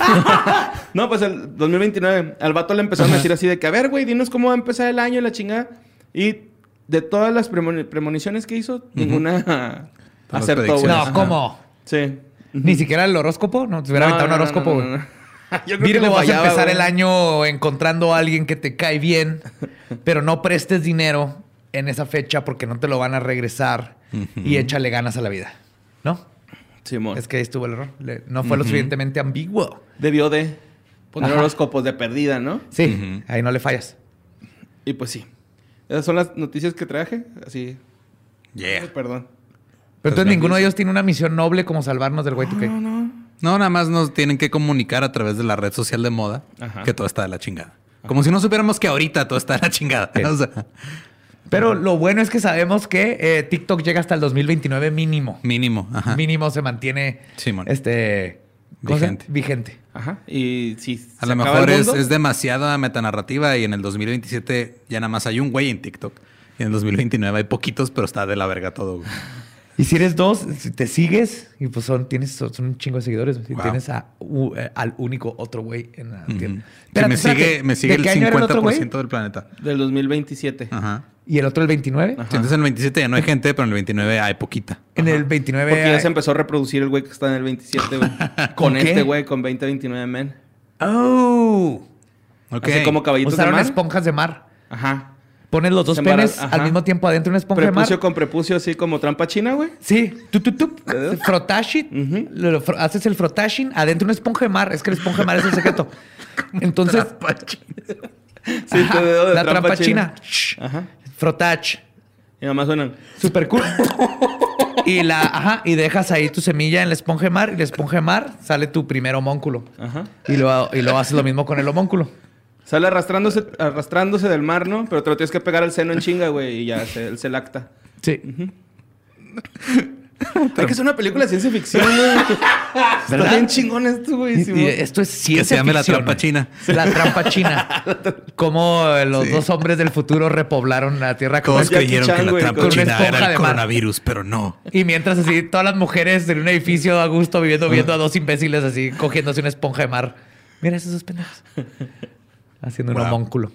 Speaker 4: No, pues el 2029, al vato le empezaron a decir así de que, a ver, güey, dinos cómo va a empezar el año y la chingada. Y de todas las premoni- premoniciones que hizo, ninguna
Speaker 2: Todas las
Speaker 4: acertó, güey.
Speaker 2: predicciones.
Speaker 4: Pues, Ajá.
Speaker 2: Ajá.
Speaker 3: No, ¿cómo?
Speaker 4: Sí.
Speaker 3: Ni siquiera el horóscopo. No, te hubiera
Speaker 4: No,
Speaker 3: aventado
Speaker 4: no,
Speaker 3: un
Speaker 4: no,
Speaker 3: horóscopo,
Speaker 4: no,
Speaker 3: güey.
Speaker 4: no, no. Yo creo que le
Speaker 3: Virgo, vas
Speaker 4: fallaba,
Speaker 3: a empezar
Speaker 4: güey.
Speaker 3: el año encontrando a alguien que te cae bien, pero no prestes dinero en esa fecha porque no te lo van a regresar y échale ganas a la vida. ¿No?
Speaker 4: Simón.
Speaker 3: Es que ahí estuvo el error. Le- No fue lo suficientemente ambiguo.
Speaker 4: Debió de poner
Speaker 3: Ajá.
Speaker 4: horóscopos de perdida, ¿no?
Speaker 3: Sí, ahí no le fallas.
Speaker 4: Y pues sí. Esas son las noticias que traje. Así. Ay,
Speaker 2: Yeah.
Speaker 4: Perdón.
Speaker 3: Pero
Speaker 2: Pues
Speaker 3: entonces ninguno de ellos tiene una misión noble como salvarnos del güey. ¿tú qué?
Speaker 2: No, nada más nos tienen que comunicar a través de la red social de moda
Speaker 4: Ajá.
Speaker 2: que todo está de la chingada. Como si no supiéramos que ahorita todo está de la chingada. O sea,
Speaker 3: Pero lo bueno es que sabemos que eh, TikTok llega hasta el 2029 mínimo.
Speaker 2: mínimo. Ajá.
Speaker 3: Mínimo se mantiene
Speaker 2: Simón.
Speaker 3: este ¿cómo se llama?
Speaker 2: Vigente.
Speaker 3: vigente.
Speaker 4: Ajá. Y si.
Speaker 2: A
Speaker 4: se
Speaker 2: lo
Speaker 4: acaba
Speaker 2: mejor
Speaker 4: el
Speaker 2: es,
Speaker 4: mundo,
Speaker 2: es demasiada metanarrativa y en el 2027 ya nada más hay un güey en TikTok. Y en el 2029 hay poquitos, pero está de la verga todo. güey.
Speaker 3: Y si eres dos, si te sigues y pues son, tienes, son son un chingo de seguidores. Y
Speaker 2: Wow.
Speaker 3: Tienes a, u- eh, al único otro güey en la
Speaker 2: Ujú.
Speaker 3: tienda.
Speaker 2: Que
Speaker 3: Espérate,
Speaker 2: me,
Speaker 3: espérate.
Speaker 2: sigue, me sigue
Speaker 3: ¿De
Speaker 2: el
Speaker 3: qué año era otro güey?
Speaker 2: 50% del planeta.
Speaker 4: Del 2027.
Speaker 2: Ajá.
Speaker 3: Y el otro el 29.
Speaker 4: Ajá.
Speaker 2: Entonces en el 27 ya no hay gente, pero en el 29 hay poquita.
Speaker 3: En el 29.
Speaker 4: Porque ya
Speaker 3: hay-
Speaker 4: se empezó a reproducir el güey que está en el 27, güey. con
Speaker 3: ¿Qué?
Speaker 4: este güey, con 20-29 men.
Speaker 3: ¡Oh!
Speaker 2: Ok.
Speaker 4: Así como caballitos de
Speaker 3: Usaron
Speaker 4: mar.
Speaker 3: esponjas de mar.
Speaker 4: Ajá.
Speaker 3: Pones los dos
Speaker 4: Se embaraz-
Speaker 3: penes
Speaker 4: ajá.
Speaker 3: al mismo tiempo adentro de una esponja de
Speaker 4: Prepucio
Speaker 3: mar.
Speaker 4: con prepucio, así como trampa china, güey.
Speaker 3: Sí, tú, tú, tú. Frotashi.
Speaker 4: Ujú.
Speaker 3: Lo- lo fro- haces el frotashin adentro de una esponja de mar. Es que la esponja de mar es el secreto. Entonces,
Speaker 4: Sí,
Speaker 3: Ajá,
Speaker 4: tu dedo de
Speaker 3: la trampa, china. Shh.
Speaker 4: Ajá.
Speaker 3: Frotach.
Speaker 4: Y nada más suenan.
Speaker 3: Super cool. y la, ajá, y dejas ahí tu semilla en la esponja de mar y la esponja de mar sale tu primer homónculo.
Speaker 4: Ajá.
Speaker 3: Y lo, y lo haces lo mismo con el homónculo.
Speaker 4: Sale arrastrándose, arrastrándose del mar, ¿no? Pero te lo tienes que pegar al seno en chinga, güey, y ya se, él se lacta.
Speaker 3: Sí.
Speaker 4: Hay que es una película de ciencia ficción, güey. Está bien chingón esto, güey.
Speaker 3: Y,
Speaker 4: Simón.
Speaker 3: y esto es ciencia
Speaker 2: se llame La
Speaker 3: ficción,
Speaker 2: Trampa
Speaker 3: güey.
Speaker 2: China.
Speaker 3: La trampa china. Como los dos hombres del futuro repoblaron la tierra con
Speaker 2: Todos
Speaker 4: Jackie
Speaker 2: creyeron
Speaker 4: Chan,
Speaker 2: que la
Speaker 4: güey,
Speaker 2: trampa
Speaker 3: con una
Speaker 2: china
Speaker 3: esponja
Speaker 2: era
Speaker 3: de
Speaker 2: el
Speaker 3: mar.
Speaker 2: coronavirus, pero no.
Speaker 3: Y mientras así, todas las mujeres en un edificio a gusto viviendo, viendo a dos imbéciles así, cogiéndose una esponja de mar. Mira esos dos pendejos. Haciendo un
Speaker 2: Wow.
Speaker 3: homónculo.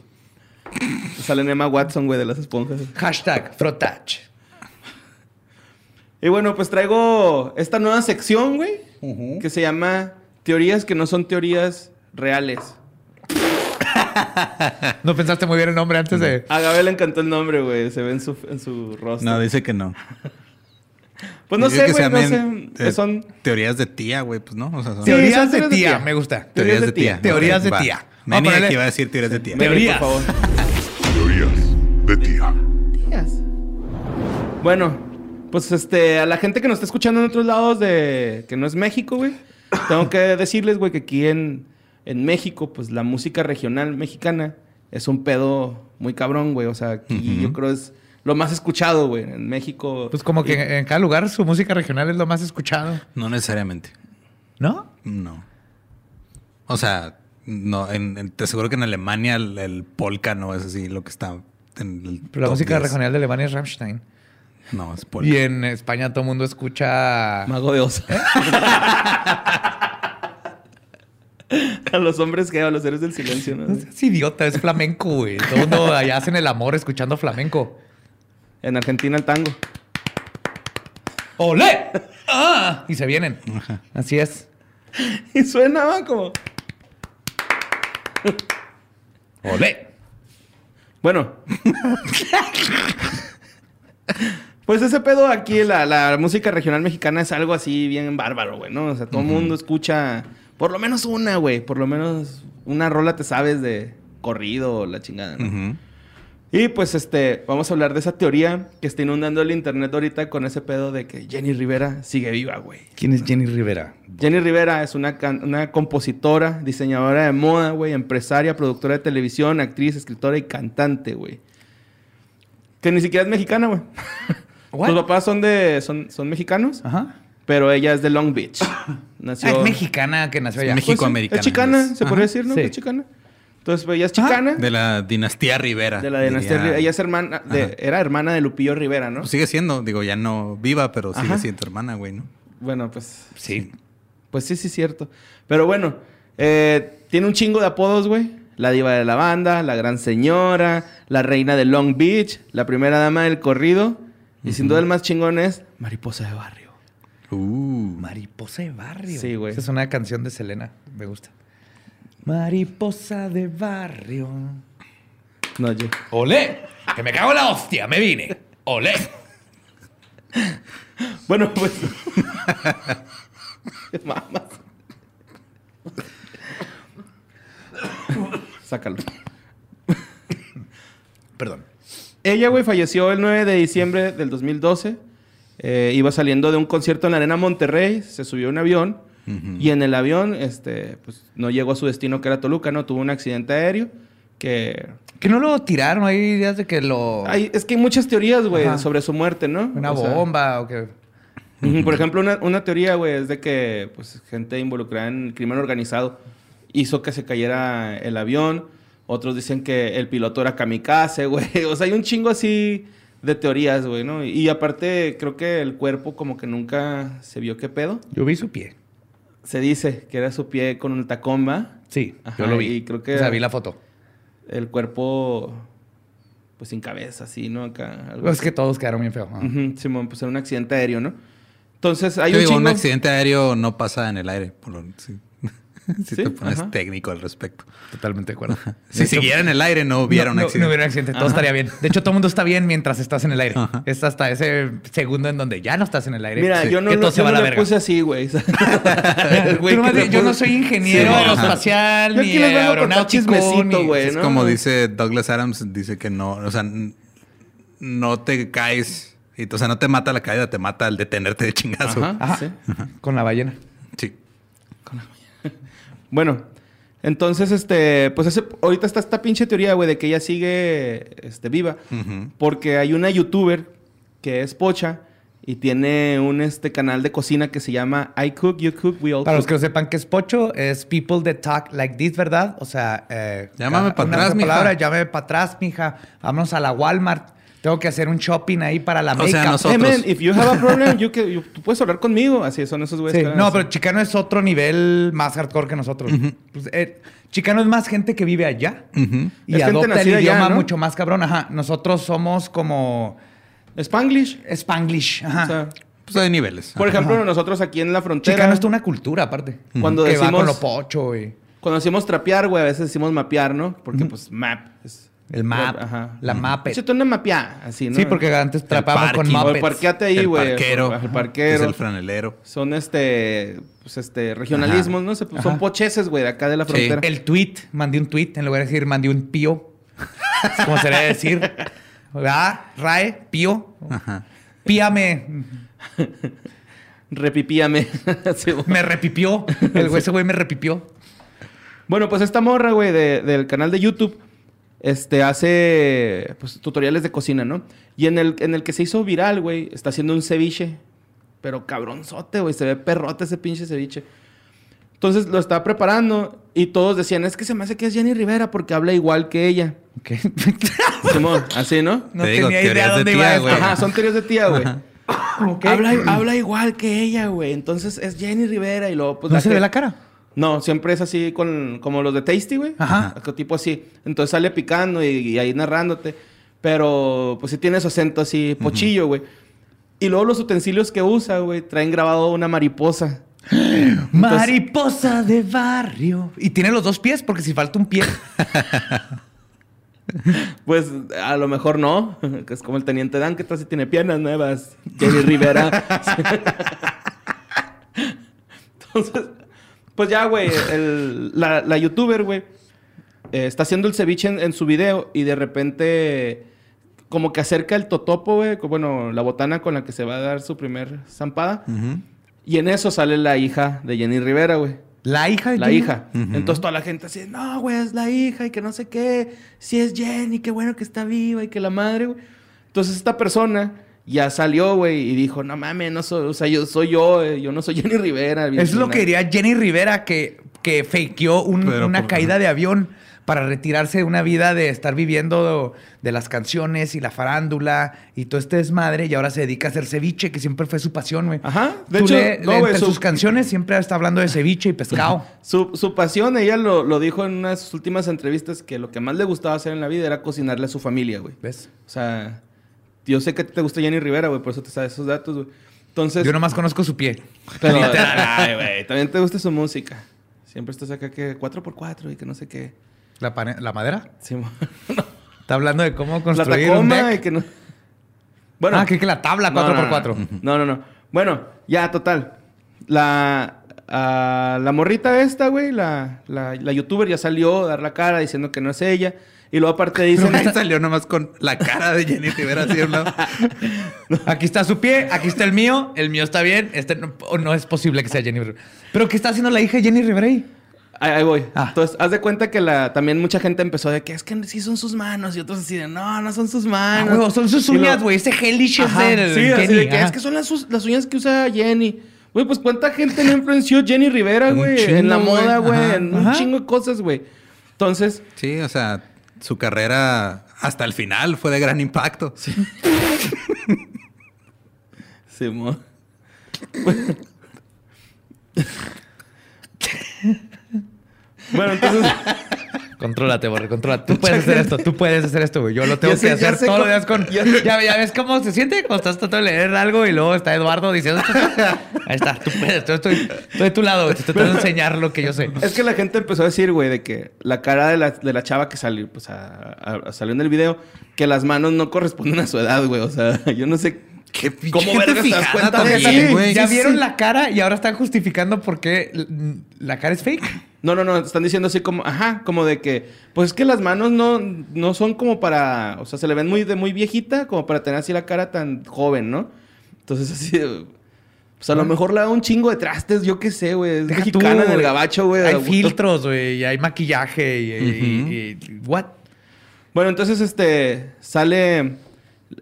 Speaker 4: Sale Emma Watson, güey, de las esponjas.
Speaker 3: Hashtag frotach.
Speaker 4: Y bueno, pues traigo esta nueva sección, güey, que se llama Teorías que no son teorías reales.
Speaker 3: No pensaste muy bien el nombre antes de.
Speaker 4: A Gabe le encantó el nombre, güey. Se ve en su, en su rostro.
Speaker 2: No, dice que no.
Speaker 4: pues no
Speaker 2: Este, Dice
Speaker 4: sé,
Speaker 2: que
Speaker 4: güey.
Speaker 2: se
Speaker 4: No sé. pues
Speaker 2: llamen, eh,
Speaker 4: son...
Speaker 2: Teorías de tía, güey. Pues no. O sea, son
Speaker 4: Sí,
Speaker 3: Teorías
Speaker 4: son
Speaker 3: de tía, me gusta.
Speaker 2: teorías de tía.
Speaker 3: Teorías
Speaker 2: Ok,
Speaker 3: de
Speaker 2: va.
Speaker 3: tía.
Speaker 2: Me
Speaker 3: Vamos
Speaker 2: niega
Speaker 3: a ponerle-
Speaker 2: que iba a decir teorías de tía.
Speaker 4: Mary,
Speaker 3: Teorías.
Speaker 4: Por favor.
Speaker 5: Teorías de tía.
Speaker 4: Bueno, pues este, a la gente que nos está escuchando en otros lados de que no es México, güey, tengo que decirles, güey, que aquí en, en México, pues la música regional mexicana es un pedo muy cabrón, güey. O sea, aquí yo creo es lo más escuchado, güey, en México.
Speaker 3: Pues como que en cada lugar su música regional es lo más escuchado.
Speaker 2: No necesariamente.
Speaker 3: ¿No?
Speaker 2: No. O sea, no, en- en- te aseguro que en Alemania el, el polka no es así lo que está en el
Speaker 3: Pero la
Speaker 2: top
Speaker 3: música
Speaker 2: 10.
Speaker 3: regional de Alemania es Rammstein.
Speaker 2: No, es polka.
Speaker 3: Y en España todo el mundo escucha.
Speaker 4: Mago de Oz. a los hombres que a los seres del silencio, ¿no?
Speaker 3: No seas idiota, es flamenco, güey. Todo el mundo allá hacen el amor escuchando flamenco.
Speaker 4: En Argentina el tango.
Speaker 3: ¡Olé! ¡Ah! Y se vienen. Así es.
Speaker 4: Y suena ¿va? como...
Speaker 3: ¡Olé!
Speaker 4: Bueno. pues ese pedo aquí, la, la música regional mexicana es algo así bien bárbaro, güey, ¿no? O sea, todo el mundo escucha por lo menos una, güey. Por lo menos una rola te sabes de corrido o la chingada, ¿no?
Speaker 2: Ujú.
Speaker 4: Y pues este, vamos a hablar de esa teoría que está inundando el internet ahorita con ese pedo de que Jenny Rivera sigue viva, güey.
Speaker 6: ¿Quién es Jenny Rivera?
Speaker 4: Jenny Rivera es una, can- una compositora, diseñadora de moda, güey, empresaria, productora de televisión, actriz, escritora y cantante, güey. Que ni siquiera es mexicana, güey.
Speaker 3: What?
Speaker 4: Sus papás son de son, son mexicanos,
Speaker 3: Ajá.
Speaker 4: pero ella es de Long Beach. Nació
Speaker 3: Ah, es mexicana que nació allá.
Speaker 2: Es
Speaker 4: Pues sí,
Speaker 2: Mexicoamericana,
Speaker 4: Es chicana,
Speaker 2: es.
Speaker 4: se podría decir, ¿no?
Speaker 3: Sí.
Speaker 4: Es chicana. Entonces, pues, ella es chicana
Speaker 2: De
Speaker 4: de,
Speaker 2: la dinastía Rivera.
Speaker 4: la dinastía
Speaker 2: diría.
Speaker 4: Rivera. Ella es hermana de,
Speaker 2: Ajá.
Speaker 4: era hermana de Lupillo Rivera, ¿no?
Speaker 2: Pues sigue siendo, digo, ya no viva, pero sigue
Speaker 4: Ajá.
Speaker 2: siendo hermana, güey, ¿no?
Speaker 4: Bueno, pues
Speaker 3: Sí.
Speaker 4: Pues sí, sí, es cierto. Pero bueno, eh, tiene un chingo de apodos, güey. La diva de la banda, la gran señora, la reina de Long Beach, la primera dama del corrido. Y sin duda el más chingón es Mariposa de Barrio.
Speaker 2: Uh.
Speaker 3: Mariposa de barrio.
Speaker 4: Sí, güey.
Speaker 3: Esa es una canción de Selena. Me gusta. Mariposa de barrio.
Speaker 4: No, yo.
Speaker 3: ¡Olé! ¡Que me cago en la hostia! ¡Me vine! ¡Olé!
Speaker 4: Bueno, pues. Mamas. Sácalo.
Speaker 3: Perdón.
Speaker 4: Ella, güey, falleció el 9 de diciembre del 2012. Eh, iba saliendo de un concierto en la Arena Monterrey, se subió a un avión y en el avión este, pues, no llegó a su destino, que era Toluca, ¿no? Tuvo un accidente aéreo que...
Speaker 3: Que no lo tiraron. Hay ideas de que lo...
Speaker 4: Ay, es que hay muchas teorías, güey,
Speaker 3: Oh. Ajá.
Speaker 4: sobre su muerte, ¿no?
Speaker 3: una
Speaker 4: O sea,
Speaker 3: bomba o que...
Speaker 4: Ujú, Por ejemplo, una, una teoría, güey, es de que pues, gente involucrada en el crimen organizado hizo que se cayera el avión. Otros dicen que el piloto era kamikaze, güey. O sea, hay un chingo así de teorías, güey, ¿no? Y aparte, creo que el cuerpo como que nunca se vio qué pedo.
Speaker 3: Yo vi su pie.
Speaker 4: Se dice que era su pie con un tacomba.
Speaker 3: Sí,
Speaker 4: Ajá,
Speaker 3: yo lo vi.
Speaker 4: y creo que-
Speaker 3: O sea, vi la foto.
Speaker 4: El cuerpo, pues sin cabeza, así, ¿no? Acá. Algo
Speaker 3: Es
Speaker 4: así.
Speaker 3: que todos quedaron bien Ah, feos. ajá.
Speaker 4: Ujú, Simón, pues era un accidente aéreo, ¿no? Entonces, hay
Speaker 2: Yo
Speaker 4: un
Speaker 2: digo,
Speaker 4: chingo...
Speaker 2: un accidente aéreo no pasa en el aire. por lo- si, si
Speaker 4: Sí,
Speaker 2: te pones
Speaker 4: ajá.
Speaker 2: técnico al respecto.
Speaker 3: Totalmente de acuerdo.
Speaker 2: Si siguiera en el aire, no hubiera
Speaker 3: no,
Speaker 2: un
Speaker 3: no-
Speaker 2: accidente.
Speaker 3: No, hubiera un accidente. Todo estaría bien. De hecho, todo el mundo está bien mientras estás en el aire. Es hasta ese segundo en donde ya no estás en el aire.
Speaker 4: Mira,
Speaker 3: Sí.
Speaker 4: yo no,
Speaker 3: que
Speaker 4: lo-
Speaker 3: todo se
Speaker 4: yo
Speaker 3: va a
Speaker 4: no
Speaker 3: la
Speaker 4: le
Speaker 3: verga.
Speaker 4: puse así, güey.
Speaker 3: Tú nomás di, yo no soy ingeniero
Speaker 2: Sí, ajá.
Speaker 3: aeroespacial
Speaker 4: Yo
Speaker 3: ni
Speaker 4: aquí les vengo a contar
Speaker 3: aeronáutico.
Speaker 4: chismecito,
Speaker 3: ni-
Speaker 4: güey.
Speaker 2: Es
Speaker 4: Pues ¿no?
Speaker 2: como dice Douglas Adams, dice que no, o sea, n- no te caes, y, o sea, no te mata la caída, te mata el detenerte de chingazo.
Speaker 4: Ajá.
Speaker 3: Ajá.
Speaker 4: Sí.
Speaker 3: Con la ballena.
Speaker 2: Sí.
Speaker 4: Bueno, entonces, este, pues ese- ahorita está esta pinche teoría, güey, de que ella sigue este, viva. Porque hay una youtuber que es Pocha y tiene un este, canal de cocina que se llama I Cook, You Cook, We All
Speaker 3: Para los
Speaker 4: Cook.
Speaker 3: que no sepan qué es pocho, es people that talk like this, ¿verdad? O sea, eh,
Speaker 2: Llámame
Speaker 3: ca-
Speaker 2: pa'
Speaker 3: una
Speaker 2: atrás,
Speaker 3: sola
Speaker 2: mija.
Speaker 3: palabra, llámame para atrás, mija. Vámonos a la Walmart. Tengo que hacer un shopping ahí para la
Speaker 2: O sea,
Speaker 3: make-up.
Speaker 2: nosotros-
Speaker 4: Hey, man,
Speaker 2: otros.
Speaker 4: if you have a problem, you can- you- tú puedes hablar conmigo. Así son esos güeyes.
Speaker 3: Sí,
Speaker 4: que hablan
Speaker 3: No,
Speaker 4: así.
Speaker 3: pero Chicano es otro nivel más hardcore que nosotros. Pues, eh, Chicano es más gente que vive allá y
Speaker 4: Es gente
Speaker 3: adopta el
Speaker 4: nacida allá,
Speaker 3: idioma
Speaker 4: ¿no?
Speaker 3: mucho más cabrón. Ajá, nosotros somos como
Speaker 4: Spanglish.
Speaker 3: Spanglish. Ajá.
Speaker 4: O sea,
Speaker 2: Pues hay niveles.
Speaker 4: por ejemplo, nosotros aquí en la frontera.
Speaker 3: Chicano es una cultura aparte.
Speaker 4: Cuando
Speaker 3: que va
Speaker 4: decimos-
Speaker 3: con lo pocho y
Speaker 4: Cuando decimos trapear, güey, a veces decimos mapear, ¿no? Porque, pues, map. Es,
Speaker 3: el map,
Speaker 4: Ajá.
Speaker 3: la mape.
Speaker 4: Échate una mapeada, así, ¿no?
Speaker 3: Sí, porque antes trapamos con
Speaker 2: parking.
Speaker 4: O
Speaker 3: mapes.
Speaker 4: el parqueate ahí,
Speaker 2: el
Speaker 4: güey.
Speaker 2: parquero,
Speaker 4: El
Speaker 2: que es
Speaker 4: parquero.
Speaker 2: el franelero.
Speaker 4: Son, este, pues, este, regionalismos,
Speaker 2: Ajá.
Speaker 4: ¿no? Se- pues,
Speaker 3: Ajá.
Speaker 4: Son pocheses, güey, de acá de la
Speaker 2: Sí.
Speaker 4: frontera.
Speaker 3: El tweet, mandé un tweet, en lugar de decir mandé un pío. Es como se le debe decir. ¿Verdad? Rae, pío.
Speaker 2: Ajá.
Speaker 3: Píame.
Speaker 4: Repipíame. Sí, güey.
Speaker 3: Me repipió. El güey, ese güey me repipió.
Speaker 4: bueno, pues esta morra, güey, de- del canal de YouTube, este, hace, pues, tutoriales de cocina, ¿no? Y en el, en el que se hizo viral, güey, está haciendo un ceviche. Pero cabronzote, güey. Se ve perrote ese pinche ceviche. Entonces lo estaba preparando y todos decían, es que se me hace que es Jenny Rivera porque habla igual que ella.
Speaker 3: Ok.
Speaker 4: Simón, así, ¿no?
Speaker 3: No
Speaker 2: Te digo,
Speaker 3: tenía idea
Speaker 2: teorías de
Speaker 3: dónde
Speaker 2: tía,
Speaker 3: iba
Speaker 2: güey.
Speaker 3: esto.
Speaker 4: Ajá, son teorías de tía, güey.
Speaker 3: Ok.
Speaker 4: Habla, habla igual que ella, güey. Entonces es Jenny Rivera y luego... Pues,
Speaker 3: ¿No se
Speaker 4: que-
Speaker 3: ve la cara?
Speaker 4: No, siempre es así con, como los de Tasty, güey.
Speaker 3: Ajá.
Speaker 4: Acá Tipo así. Entonces sale picando y, y ahí narrándote. Pero pues sí tiene su acento así pochillo, güey. Y luego los utensilios que usa, güey, traen grabado una mariposa.
Speaker 3: Mariposa de barrio. Y tiene los dos pies, porque si falta un pie.
Speaker 4: Pues a lo mejor no, que es como el teniente Dan que casi tiene piernas nuevas, Jenny Rivera. Entonces, pues ya, güey, el- la, la youtuber, güey, eh, está haciendo el ceviche en, en su video y de repente como que acerca el totopo, güey, que, bueno, la botana con la que se va a dar su primer zampada. Y en eso sale la hija de Jenny Rivera, güey.
Speaker 3: La hija de
Speaker 4: La
Speaker 3: Jenny.
Speaker 4: hija. Entonces toda la gente así, no, güey, es la hija y que no sé qué. Si es Jenny, qué bueno que está viva y que la madre, güey. Entonces esta persona ya salió, güey, y dijo, no mames, no soy, o sea, yo soy yo, eh, yo no soy Jenny Rivera.
Speaker 3: Es lo que diría Jenny Rivera, que, que fakeó un-
Speaker 2: Pero
Speaker 3: una
Speaker 2: por-
Speaker 3: caída de avión para retirarse de una vida de estar viviendo de las canciones y la farándula y todo este desmadre y ahora se dedica a hacer ceviche, que siempre fue su pasión, güey.
Speaker 4: Ajá.
Speaker 3: De
Speaker 4: De
Speaker 3: hecho,
Speaker 4: hecho, no, güey,
Speaker 3: entre
Speaker 4: su-
Speaker 3: sus canciones siempre está hablando de ceviche y pescado.
Speaker 4: Su, su pasión, ella lo, lo dijo en unas sus últimas entrevistas, que lo que más le gustaba hacer en la vida era cocinarle a su familia, güey.
Speaker 3: ¿Ves?
Speaker 4: O sea, yo sé que a ti te gusta Jenny Rivera, güey, por eso te sabes esos datos, güey. Entonces,
Speaker 3: Yo nomás conozco su pie.
Speaker 4: pero, ay, güey, también te gusta su música. Siempre estás acá que 4x4 y que no sé qué.
Speaker 3: La, pane- la madera.
Speaker 4: Sí, mo-
Speaker 3: Está hablando de cómo
Speaker 4: la
Speaker 3: construir un
Speaker 4: Tacoma y
Speaker 3: deck.
Speaker 4: que no. Bueno,
Speaker 3: ah, creo que la tabla
Speaker 4: No, no, no,
Speaker 3: 4x4.
Speaker 4: No, no, no. Bueno, ya, total. La, ah, la morrita esta, güey, la, la, la youtuber ya salió a dar la cara diciendo que no es ella. Y luego aparte
Speaker 2: Pero
Speaker 4: dicen...
Speaker 2: me salió nomás con la cara de Jenny Rivera así a un lado.
Speaker 3: Aquí está su pie, aquí está el mío, el mío está bien. Este no, o no es posible que sea Jenny Rivera. Pero ¿qué está haciendo la hija de Jenny Rivera ahí?
Speaker 4: Ahí, ahí voy.
Speaker 3: Ah.
Speaker 4: Entonces, haz de cuenta que la, también mucha gente empezó de que es que sí son sus manos. Y otros así de, no, no son sus
Speaker 3: Ah,
Speaker 4: manos.
Speaker 3: huevo, son sus
Speaker 4: Y lo-
Speaker 3: uñas, güey. Ese hellish es
Speaker 4: Ajá,
Speaker 3: del
Speaker 4: sí, así
Speaker 3: Jenny,
Speaker 4: de que
Speaker 3: ajá.
Speaker 4: es que son las, us- las uñas que usa Jenny. Güey, pues cuánta gente no influenció Jenny Rivera,
Speaker 2: Un
Speaker 4: güey.
Speaker 2: chingo,
Speaker 4: En la
Speaker 2: güey.
Speaker 4: moda, güey.
Speaker 2: Ajá,
Speaker 4: En
Speaker 3: ajá.
Speaker 4: un chingo de cosas, güey. Entonces,
Speaker 2: Sí, o sea, su carrera hasta el final fue de gran impacto.
Speaker 4: Simón. bueno, entonces.
Speaker 3: Contrólate, Borre, controla. Tú puedes hacer esto, tú puedes hacer esto, güey. Yo lo tengo
Speaker 4: Ya sé,
Speaker 3: que
Speaker 4: ya
Speaker 3: hacer
Speaker 4: sé
Speaker 3: todos los
Speaker 4: cómo-
Speaker 3: días con. Ya,
Speaker 4: ya-
Speaker 3: ya ves cómo se siente cuando estás tratando de leer algo y luego está Eduardo diciendo. Ahí está, tú puedes, yo estoy, estoy de tu lado, güey. Te estoy tratando de enseñar lo que yo sé.
Speaker 4: Es que la gente empezó a decir, güey, de que la cara de la, de la chava que salió, pues, a- a- salió en el video, que las manos no corresponden a su edad, güey. O sea, yo no sé.
Speaker 2: ¿Qué pinche
Speaker 4: ¿Cómo
Speaker 2: gente
Speaker 4: vergas te das
Speaker 2: fijada
Speaker 4: cuenta de
Speaker 2: también,
Speaker 4: eso?
Speaker 2: güey?
Speaker 3: ya
Speaker 2: Sí,
Speaker 3: vieron
Speaker 2: sí.
Speaker 3: la cara y ahora están justificando por qué l- la cara es
Speaker 2: Ah,
Speaker 3: fake.
Speaker 4: No, no, no. Están diciendo así como, ajá, como de que, pues es que las manos no, no son como para. O sea, se le ven muy de muy viejita, como para tener así la cara tan joven, ¿no? Entonces, así. de- Pues a lo mejor le da un chingo de trastes, yo qué sé, güey. Es
Speaker 3: Ah. Deja tú,
Speaker 4: mexicana del
Speaker 3: güey.
Speaker 4: gabacho, güey.
Speaker 3: Hay
Speaker 4: a gusto.
Speaker 3: filtros, güey, y hay maquillaje y, y- y- what?
Speaker 4: Bueno, entonces este sale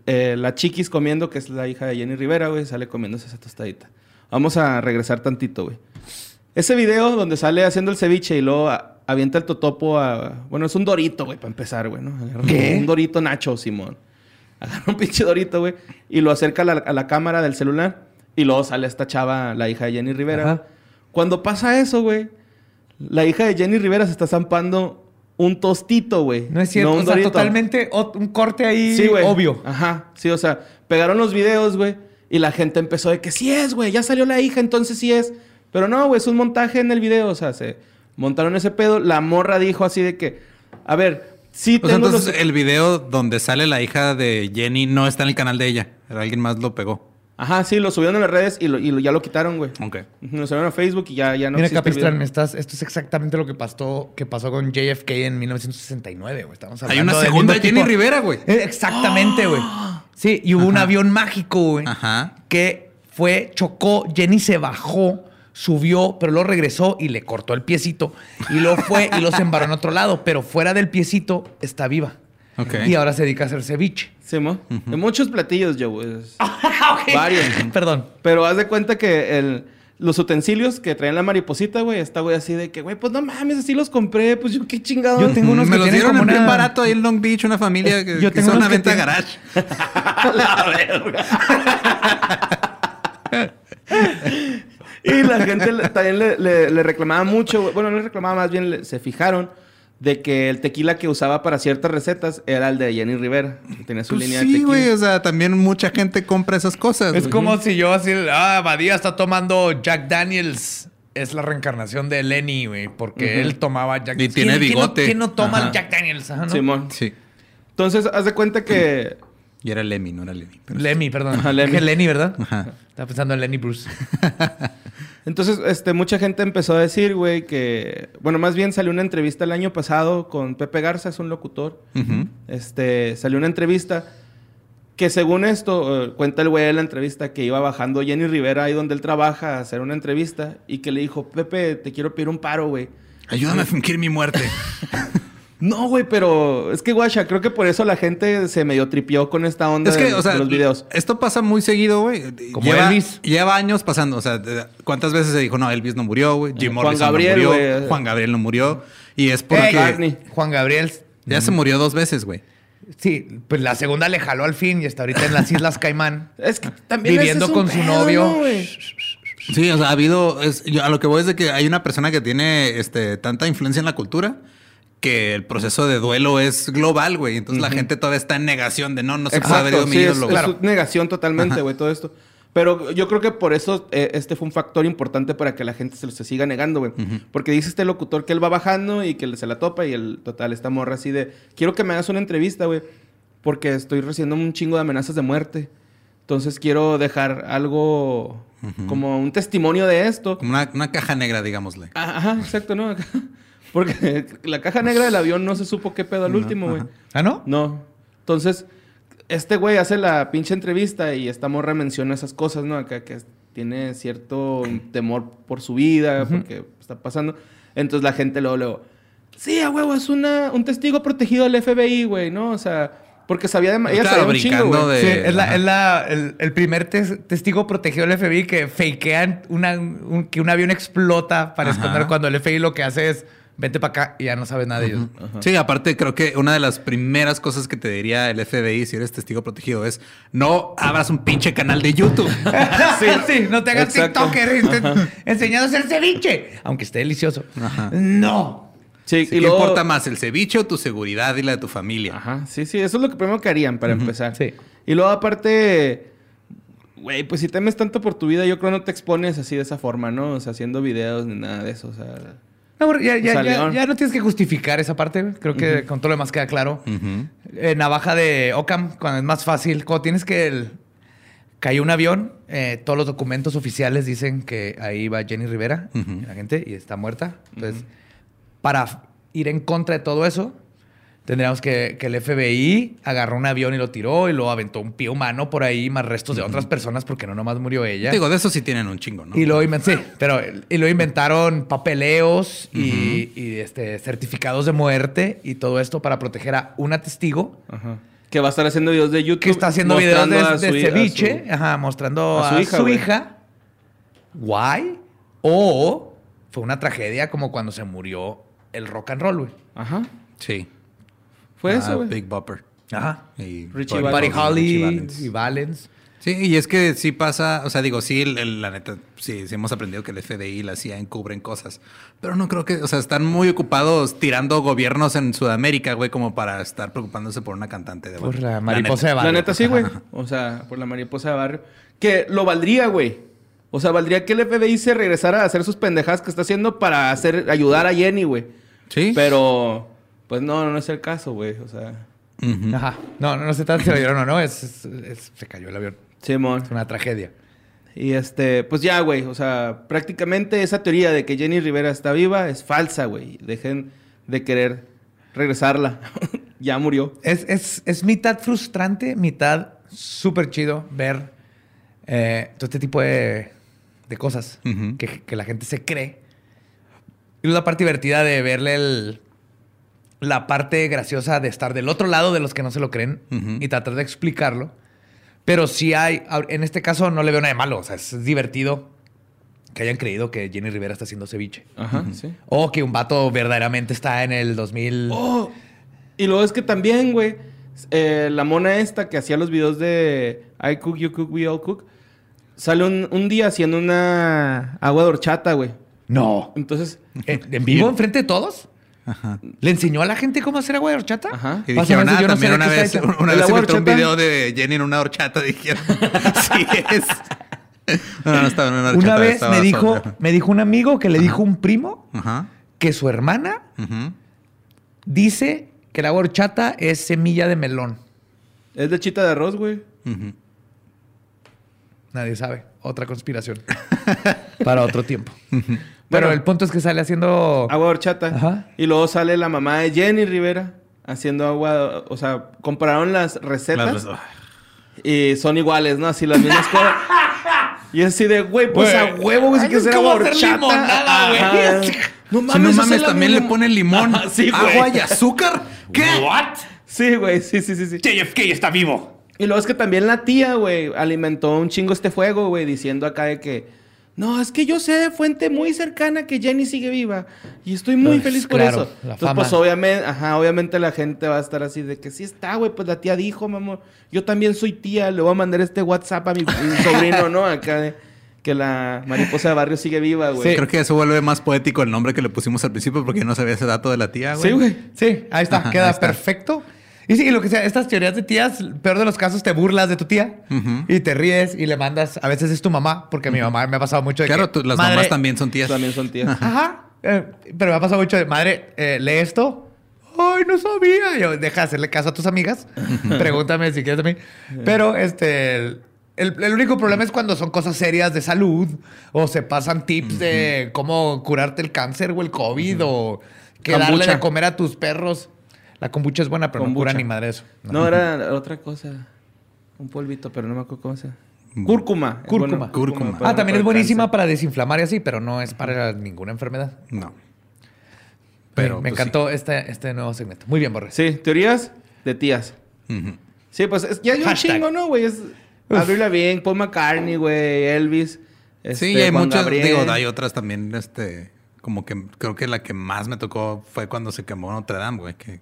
Speaker 4: eh, la Chiquis comiendo, que es la hija de Jenny Rivera, güey, sale comiéndose esa tostadita. Vamos a regresar tantito, güey. Ese video donde sale haciendo el ceviche y luego a- avienta el totopo a... Bueno, es un dorito, güey, para empezar, güey, ¿no? Agarra un-
Speaker 3: ¿Qué?
Speaker 4: Un dorito Nacho, Simón. Agarra un pinche dorito, güey, y lo acerca a la, a la cámara del celular y luego sale esta chava, la hija de Jenny Rivera.
Speaker 3: Ajá.
Speaker 4: Cuando pasa eso, güey, la hija de Jenny Rivera se está zampando un tostito, güey.
Speaker 3: No es cierto,
Speaker 4: un
Speaker 3: o sea,
Speaker 4: dorito.
Speaker 3: totalmente ot- un corte ahí
Speaker 4: Sí, güey.
Speaker 2: Ah,
Speaker 3: obvio.
Speaker 4: Ajá. Sí, o sea, pegaron los videos, güey. Y la gente empezó de que sí es, güey. Ya salió la hija, entonces sí es. Pero no, güey, es un montaje en el video. O sea, se montaron ese pedo. La morra dijo así de que, a ver, sí
Speaker 2: O sea,
Speaker 4: tengo
Speaker 2: entonces
Speaker 4: los...
Speaker 2: el video donde sale la hija de Jenny no está en el canal de ella. Alguien más lo pegó.
Speaker 4: Ajá, sí, lo subieron en las redes y, lo- y lo- ya lo quitaron, güey.
Speaker 2: Ok.
Speaker 4: Ujú, Lo subieron a Facebook y ya, ya no
Speaker 3: Mira,
Speaker 4: existe el
Speaker 3: Capistrán, me
Speaker 4: video.
Speaker 3: estás, esto es exactamente lo que pasó, que pasó con JFK en 1969, güey. Estamos hablando
Speaker 2: Hay una
Speaker 3: del
Speaker 2: segunda
Speaker 3: mismo
Speaker 2: Jenny
Speaker 3: tipo.
Speaker 2: Rivera, güey.
Speaker 3: Eh, Exactamente, güey. Sí, y hubo un avión mágico, güey.
Speaker 2: Ajá.
Speaker 3: Que fue, chocó, Jenny se bajó, subió, pero luego regresó y le cortó el piecito. Y luego fue y los embarró en otro lado, pero fuera del piecito está viva.
Speaker 2: Ok.
Speaker 3: Y ahora se dedica a hacer ceviche.
Speaker 4: Sí, mo. De muchos platillos, yo, güey.
Speaker 3: Ok.
Speaker 4: Varios.
Speaker 3: Perdón.
Speaker 4: Pero haz de cuenta que el- los utensilios que traen la mariposita, güey, está, güey, así de que, güey, pues no mames, así los compré. Pues yo qué chingado.
Speaker 3: Yo tengo unos
Speaker 2: Mm, Me
Speaker 3: que
Speaker 2: los
Speaker 3: tienen
Speaker 2: dieron
Speaker 3: como
Speaker 2: en bien
Speaker 3: una-
Speaker 2: barato ahí en Long Beach, una familia que,
Speaker 3: Yo
Speaker 2: que
Speaker 3: tengo
Speaker 2: hizo una
Speaker 3: unos que
Speaker 2: venta
Speaker 3: tienen-
Speaker 2: garage.
Speaker 4: Y la gente le- también le, le- le reclamaba mucho, güey. bueno, no le reclamaba, más bien le- se fijaron de que el tequila que usaba para ciertas recetas era el de Jenny Rivera. que Tenía su
Speaker 2: Pues
Speaker 4: línea de
Speaker 2: sí,
Speaker 4: tequila.
Speaker 2: güey. O sea, también mucha gente compra esas cosas.
Speaker 3: Es
Speaker 2: güey.
Speaker 3: como si yo así, ah, Badía está tomando Jack Daniels. Es la reencarnación de Lenny, güey, porque él tomaba Jack
Speaker 2: Y tiene
Speaker 3: ¿Quién- quién no-
Speaker 2: bigote.
Speaker 3: ¿Quién no, toma
Speaker 2: Ajá.
Speaker 3: Jack Daniels? Ajá, ¿no?
Speaker 4: Simón.
Speaker 2: Sí.
Speaker 4: Entonces, haz de cuenta que...
Speaker 2: Y era Lemmy, no era Lenny. pero-
Speaker 3: Lemmy, perdón.
Speaker 4: Ajá, Lemmy.
Speaker 3: Dije Lenny, ¿verdad?
Speaker 2: Ajá.
Speaker 3: Estaba pensando en Lenny Bruce.
Speaker 4: Entonces, este, mucha gente empezó a decir, güey, que... Bueno, más bien salió una entrevista el año pasado con Pepe Garza, es un locutor.
Speaker 2: Ujú.
Speaker 4: Este, salió una entrevista que según esto, eh, cuenta el güey en la entrevista que iba bajando Jenny Rivera ahí donde él trabaja a hacer una entrevista y que le dijo, Pepe, te quiero pedir un paro, güey.
Speaker 2: Ayúdame a fingir mi muerte.
Speaker 4: No, güey, pero es que, guacha, creo que por eso la gente se medio tripió con esta onda
Speaker 2: Es que,
Speaker 4: de,
Speaker 2: o sea,
Speaker 4: de los videos.
Speaker 2: esto pasa muy seguido, güey.
Speaker 3: Como
Speaker 2: lleva,
Speaker 3: Elvis.
Speaker 2: Lleva años pasando. O sea, de- ¿cuántas veces se dijo, no, Elvis no murió, güey? Jim
Speaker 4: Juan
Speaker 2: Morrison
Speaker 4: Gabriel,
Speaker 2: no murió.
Speaker 4: güey.
Speaker 2: Juan Gabriel no murió. Y es
Speaker 3: Ey,
Speaker 2: porque
Speaker 4: Barney.
Speaker 3: Juan Gabriel.
Speaker 2: ya se murió dos veces, güey.
Speaker 3: Sí, pues la segunda le jaló al fin y está ahorita en las Islas Caimán.
Speaker 4: Es que también
Speaker 3: Viviendo
Speaker 4: ese es un
Speaker 3: con su
Speaker 4: pedo,
Speaker 3: novio.
Speaker 4: ¿no, güey?
Speaker 2: Sí, o sea, ha habido. es- yo a lo que voy es de que hay una persona que tiene este, tanta influencia en la cultura que el proceso de duelo es global, güey. Entonces la gente todavía está en negación de no, no se puede haber ido
Speaker 4: Exacto,
Speaker 2: mi
Speaker 4: sí, es,
Speaker 2: ídolo,
Speaker 4: es
Speaker 2: güey".
Speaker 4: su negación totalmente, güey, todo esto. Pero yo creo que por eso eh, este fue un factor importante para que la gente se, lo- se siga negando, güey. Porque dice este locutor que él va bajando y que se la topa y el total, esta morra así de, quiero que me hagas una entrevista, güey, porque estoy recibiendo un chingo de amenazas de muerte. Entonces quiero dejar algo como un testimonio de esto.
Speaker 2: Como una, una caja negra, digámosle.
Speaker 4: Ah, Ajá, exacto, ¿no? Porque la caja negra del avión no se supo qué pedo al último, güey.
Speaker 3: ¿Ah, no?
Speaker 4: No. Entonces, este güey hace la pinche entrevista y esta morra menciona esas cosas, ¿no? Acá que tiene cierto temor por su vida, porque está pasando. Entonces la gente luego, luego, sí, a huevo, es una, un testigo protegido del FBI, güey, ¿no? O sea, porque sabía de... Ella
Speaker 2: Claro,
Speaker 4: sabía un chingo,
Speaker 2: brincando
Speaker 4: güey.
Speaker 2: de-
Speaker 3: Sí, es, la-
Speaker 2: ajá.
Speaker 3: es la- el, el primer tes- testigo protegido del FBI que fakean una, un- que un avión explota para
Speaker 2: Ajá.
Speaker 3: esconder cuando el FBI lo que hace es vente para acá y ya no sabes nada de ellos.
Speaker 2: Sí, aparte creo que una de las primeras cosas que te diría el FBI si eres testigo protegido es no abras un pinche canal de YouTube.
Speaker 3: sí, sí, no te hagas
Speaker 4: Exacto.
Speaker 3: TikToker y te- enseñando a hacer ceviche, aunque esté delicioso. No.
Speaker 4: Sí,
Speaker 2: ¿Qué
Speaker 4: y luego...
Speaker 2: importa más, el ceviche o tu seguridad y la de tu familia?
Speaker 4: Ajá, sí, sí, eso es lo que primero que harían para empezar.
Speaker 3: sí.
Speaker 4: Y luego aparte, güey, pues si temes tanto por tu vida, yo creo no te expones así de esa forma, ¿no? O sea, haciendo videos ni nada de eso, o sea...
Speaker 3: No, porque ya, ya-
Speaker 4: O
Speaker 3: ya-
Speaker 4: sea, León.
Speaker 3: ya no tienes que justificar esa parte. güey. Creo que con todo lo demás queda claro. Eh, navaja de Ockham, cuando es más fácil. Cuando tienes que... el- cayó un avión, eh, todos los documentos oficiales dicen que ahí va Jenny Rivera,
Speaker 2: Ujú.
Speaker 3: la gente, y está muerta. Entonces, para f- ir en contra de todo eso, tendríamos que, que el FBI agarró un avión y lo tiró y lo aventó un pie humano por ahí, más restos de otras personas, porque no nomás murió ella.
Speaker 2: Digo, de eso sí tienen un chingo, ¿no?
Speaker 3: Y lo, inven- sí, pero, y lo inventaron papeleos y, y, este, certificados de muerte y todo esto para proteger a una testigo
Speaker 4: Ajá. Que va a estar haciendo videos de YouTube.
Speaker 3: que está haciendo videos
Speaker 4: mostrando a
Speaker 3: de, de
Speaker 4: su- a
Speaker 3: ceviche,
Speaker 4: su-
Speaker 3: ajá, mostrando
Speaker 4: a su
Speaker 3: a
Speaker 4: hija,
Speaker 3: su
Speaker 4: güey.
Speaker 3: hija. Guay. O fue una tragedia como cuando se murió el rock and roll, güey.
Speaker 4: Ajá.
Speaker 2: Sí.
Speaker 4: Fue
Speaker 2: Ah,
Speaker 4: eso, güey.
Speaker 2: Big Bopper.
Speaker 3: Ajá.
Speaker 2: Y
Speaker 4: Richie
Speaker 3: Buddy
Speaker 4: Valens.
Speaker 2: Richie
Speaker 3: Holly
Speaker 2: Valens.
Speaker 3: y Valens.
Speaker 2: Sí, y es que sí pasa, o sea, digo, sí, el- el- la neta, sí, sí hemos aprendido que el FBI y la CIA encubren cosas, pero no creo que, o sea, están muy ocupados tirando gobiernos en Sudamérica, güey, como para estar preocupándose por una cantante de
Speaker 3: Por
Speaker 2: barrio.
Speaker 3: la mariposa de
Speaker 2: neta.
Speaker 3: barrio.
Speaker 4: La neta sí, güey. O sea, por la mariposa de barrio. Que lo valdría, güey. O sea, valdría que el FBI se regresara a hacer sus pendejadas que está haciendo para hacer, ayudar a Jenny, güey.
Speaker 2: Sí.
Speaker 4: Pero, pues no, no es el caso, güey. O sea,
Speaker 2: Ujú.
Speaker 3: Ajá. No, no, no se trata si lo vieron o no. Es, es- es- se cayó el avión.
Speaker 4: Simón.
Speaker 3: Es una tragedia.
Speaker 4: Y este, pues ya, güey. O sea, prácticamente esa teoría de que Jenny Rivera está viva es falsa, güey. Dejen de querer regresarla. ya murió.
Speaker 3: Es, es, es mitad frustrante, mitad súper chido ver eh, todo este tipo de, de cosas
Speaker 2: Ujú.
Speaker 3: que, que la gente se cree. Y la parte divertida de verle el- la parte graciosa de estar del otro lado de los que no se lo creen
Speaker 2: Ujú.
Speaker 3: y tratar de explicarlo. Pero sí hay, ahor- en este caso no le veo nada de malo. O sea, es divertido que hayan creído que Jenny Rivera está haciendo ceviche.
Speaker 4: Ajá, sí.
Speaker 3: O que un vato verdaderamente está en el 2000.
Speaker 4: Oh, y luego es que también, güey, eh, la mona esta que hacía los videos de I cook, you cook, we all cook, sale un, un día haciendo una agua de horchata, güey.
Speaker 3: No.
Speaker 4: Entonces,
Speaker 3: Eh, ¿En vivo? ¿Enfrente de todos?
Speaker 2: Ajá.
Speaker 3: ¿Le enseñó a la gente cómo hacer agua de horchata?
Speaker 4: Ajá.
Speaker 2: Y
Speaker 3: Pásame
Speaker 2: dijeron,
Speaker 3: eso,
Speaker 2: ah,
Speaker 3: yo no sé
Speaker 2: también
Speaker 3: de
Speaker 2: una
Speaker 3: qué está
Speaker 2: vez,
Speaker 3: hecho.
Speaker 2: una
Speaker 4: ¿El
Speaker 2: vez se
Speaker 4: agua
Speaker 2: filtró un
Speaker 4: horchata?
Speaker 2: video de Jenny en una horchata, dijeron. sí es. No, no, no estaba en una horchata.
Speaker 3: Una vez
Speaker 2: estaba
Speaker 3: me dijo,
Speaker 2: sobrio.
Speaker 3: me dijo un amigo que le dijo un primo
Speaker 2: Ajá.
Speaker 3: que su hermana
Speaker 2: ujú.
Speaker 3: dice que el agua de horchata es semilla de melón.
Speaker 4: es de chita de arroz, güey.
Speaker 2: Ujú.
Speaker 3: Nadie sabe. Otra conspiración. Para otro tiempo. Pero
Speaker 4: Bueno.
Speaker 3: el punto es que sale haciendo...
Speaker 4: Agua de horchata.
Speaker 3: Ajá.
Speaker 4: Y luego sale la mamá de Jenny Rivera haciendo agua, o sea, compararon las
Speaker 2: Las-
Speaker 4: recetas
Speaker 2: las-
Speaker 4: y son iguales, ¿no? Así las mismas cosas. Y es así de, güey, pues
Speaker 3: Güey.
Speaker 4: a huevo, güey,
Speaker 3: Ay,
Speaker 4: sí que
Speaker 3: es
Speaker 4: hacer
Speaker 3: como
Speaker 4: agua
Speaker 3: hacer
Speaker 4: horchata.
Speaker 3: limonada, güey.
Speaker 4: Ajá. No
Speaker 2: Si no
Speaker 4: hacer
Speaker 2: mames,
Speaker 4: la
Speaker 2: también le
Speaker 4: misma-
Speaker 2: ponen limón,
Speaker 4: Ajá, sí, güey.
Speaker 2: agua y azúcar. ¿Qué?
Speaker 4: Sí, güey, sí, sí, sí, sí.
Speaker 6: JFK está vivo.
Speaker 4: Y luego es que también la tía, güey, alimentó un chingo este fuego, güey, diciendo acá de que No, es que yo sé de fuente muy cercana que Jenny sigue viva y estoy muy
Speaker 3: Pues,
Speaker 4: feliz por
Speaker 3: claro,
Speaker 4: eso.
Speaker 3: la
Speaker 4: Entonces,
Speaker 3: fama.
Speaker 4: pues obviamente, ajá, obviamente la gente va a estar así de que sí está, güey, pues la tía dijo, mamá, yo también soy tía, le voy a mandar este WhatsApp a mi mi sobrino, ¿no? Acá de que la mariposa de barrio sigue viva, güey.
Speaker 2: Creo que eso vuelve más poético el nombre que le pusimos al principio porque yo no sabía ese dato de la tía, güey.
Speaker 4: Sí, güey.
Speaker 3: Sí, ahí está,
Speaker 2: Ajá,
Speaker 3: queda
Speaker 2: ahí está.
Speaker 3: perfecto. Y sí, lo que sea, estas teorías de tías, peor de los casos, te burlas de tu tía
Speaker 2: Ujú.
Speaker 3: y te ríes y le mandas. A veces es tu mamá, porque mi mamá me ha pasado mucho de que,
Speaker 2: Claro, tú- las
Speaker 3: "Madre,
Speaker 2: mamás también son tías.
Speaker 4: También son tías.
Speaker 3: Ajá. eh, pero me ha pasado mucho de madre, eh, lee esto. Ay, no sabía. Yo, deja de hacerle caso a tus amigas. Pregúntame si quieres también. Pero este. El, el- el único problema es cuando son cosas serias de salud o se pasan tips de cómo curarte el cáncer o el COVID o qué darle
Speaker 4: Kombucha.
Speaker 3: de comer a tus perros. La kombucha es buena, pero
Speaker 4: Kombucha.
Speaker 3: no cura ni madre eso.
Speaker 4: No, era otra cosa. Un polvito, pero no me acuerdo cómo se llama. Cúrcuma.
Speaker 3: Cúrcuma.
Speaker 2: Cúrcuma.
Speaker 3: Ah, también es buenísima
Speaker 4: para...
Speaker 3: para desinflamar y así, pero no es para ninguna enfermedad.
Speaker 2: No.
Speaker 3: Pero
Speaker 2: Pero,
Speaker 3: me
Speaker 2: pues,
Speaker 3: encantó este, este nuevo segmento. Muy bien, Borre.
Speaker 4: Sí, teorías de tías.
Speaker 2: Ujú.
Speaker 4: Sí, pues es- ya hay un
Speaker 3: Hashtag.
Speaker 4: chingo, ¿no, güey? Es abrirla bien, Paul McCartney, güey, Elvis. este,
Speaker 2: sí, y hay
Speaker 4: Juan
Speaker 2: muchas.
Speaker 4: Gabriel.
Speaker 2: Digo, hay otras también, este. Como que creo que la que más me tocó fue cuando se quemó Notre Dame, güey. Que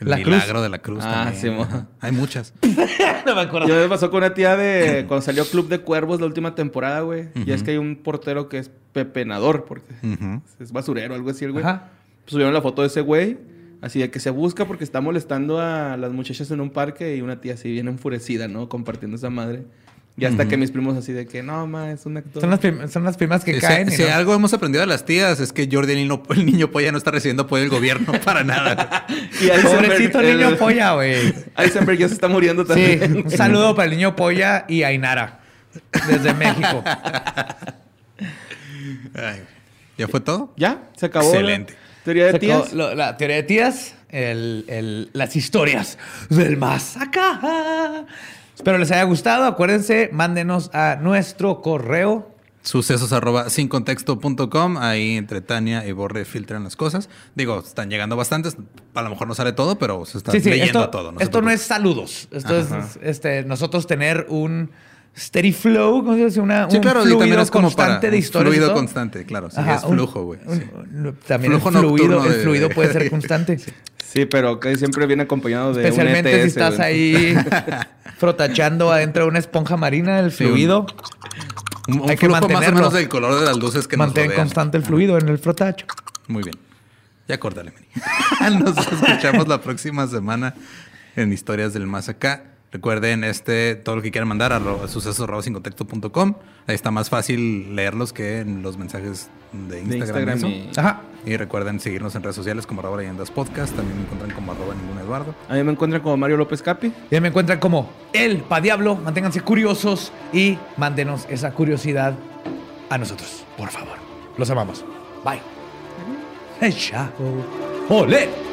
Speaker 2: el
Speaker 3: La cruz.
Speaker 2: milagro de la cruz
Speaker 4: Ah,
Speaker 2: también.
Speaker 4: sí, mo.
Speaker 2: Ajá. Hay muchas.
Speaker 3: no me acuerdo.
Speaker 4: Yo me pasó con una tía de cuando salió Club de Cuervos la última temporada, güey. Y es que hay un portero que es pepenador, porque
Speaker 2: Ujú.
Speaker 4: es basurero algo así, el güey.
Speaker 3: Ajá.
Speaker 4: pues, Subieron la foto de ese güey, así de que se busca porque está molestando a las muchachas en un parque y una tía así bien enfurecida, ¿no? Compartiendo esa madre. Y hasta que mis primos así de que, no, ma, es un actor.
Speaker 3: Son las, prim- son las primas que
Speaker 2: Si-
Speaker 3: caen.
Speaker 2: si
Speaker 3: y no-
Speaker 2: algo hemos aprendido de las tías es que Jordi el niño, el niño polla no está recibiendo apoyo del gobierno para nada.
Speaker 4: Y Eisenberg-
Speaker 3: Pobrecito
Speaker 4: el-
Speaker 3: niño polla, güey.
Speaker 4: Eisenberg ya se está muriendo
Speaker 3: Sí,
Speaker 4: también.
Speaker 3: un saludo para el niño polla y Ainara. Desde México.
Speaker 2: Ay, ¿Ya fue todo?
Speaker 4: ¿Ya? ¿Se acabó?
Speaker 2: Excelente.
Speaker 4: la Teoría de
Speaker 3: Se
Speaker 4: tías.
Speaker 3: acabó lo- la teoría de tías, el- el- las historias del más acá. Espero les haya gustado. Acuérdense, mándenos a nuestro correo.
Speaker 2: Sucesos arroba sin contexto.com. Ahí entre Tania y Borre filtran las cosas. Digo, están llegando bastantes. A lo mejor no sale todo, pero se está
Speaker 3: Sí, sí,
Speaker 2: leyendo
Speaker 3: esto,
Speaker 2: todo. se
Speaker 3: esto no
Speaker 2: preocupen.
Speaker 3: es saludos. Esto es este, nosotros tener un steady flow, ¿cómo se dice? Una,
Speaker 2: Sí,
Speaker 3: un
Speaker 2: claro, y
Speaker 3: fluido
Speaker 2: también es como
Speaker 3: constante
Speaker 2: para
Speaker 3: de
Speaker 2: un
Speaker 3: historias. y
Speaker 2: fluido
Speaker 3: todo.
Speaker 2: constante, claro, sí, es
Speaker 3: un-
Speaker 2: flujo, güey,
Speaker 3: un-
Speaker 2: sí.
Speaker 3: un- También
Speaker 2: Flujo
Speaker 3: el fluido,
Speaker 2: nocturno
Speaker 3: el
Speaker 2: de-
Speaker 3: fluido puede ser constante.
Speaker 4: Sí, pero que siempre viene acompañado de
Speaker 3: Especialmente
Speaker 2: E
Speaker 4: un ETS,
Speaker 3: si estás
Speaker 4: güey.
Speaker 3: ahí frotachando adentro de una esponja marina el
Speaker 2: Sí, un-
Speaker 3: fluido.
Speaker 2: Un, un
Speaker 3: Hay que
Speaker 2: flujo más o
Speaker 3: mantenerlo.
Speaker 2: menos del color de las luces que
Speaker 3: Mantén
Speaker 2: nos rodean.
Speaker 3: constante el fluido en el frotacho.
Speaker 2: Muy bien. Ya córtale, Manny. Nos escuchamos la próxima semana en Historias del Más Acá. Recuerden, este, todo lo que quieran mandar a ro- sucesos arroba sin contexto punto com. Ahí está más fácil leerlos que en los mensajes de Instagram.
Speaker 4: De Instagram
Speaker 2: eso.
Speaker 4: y-
Speaker 3: Ajá.
Speaker 2: Y recuerden seguirnos en redes sociales como arroba leyendas podcast. También me encuentran como arroba ningún Eduardo.
Speaker 4: A mí me encuentran como Mario López Capi.
Speaker 3: Y ahí me encuentran como el pa diablo. Manténganse curiosos y mándenos esa curiosidad a nosotros, por favor. Los amamos. Bye. Chao. Ole.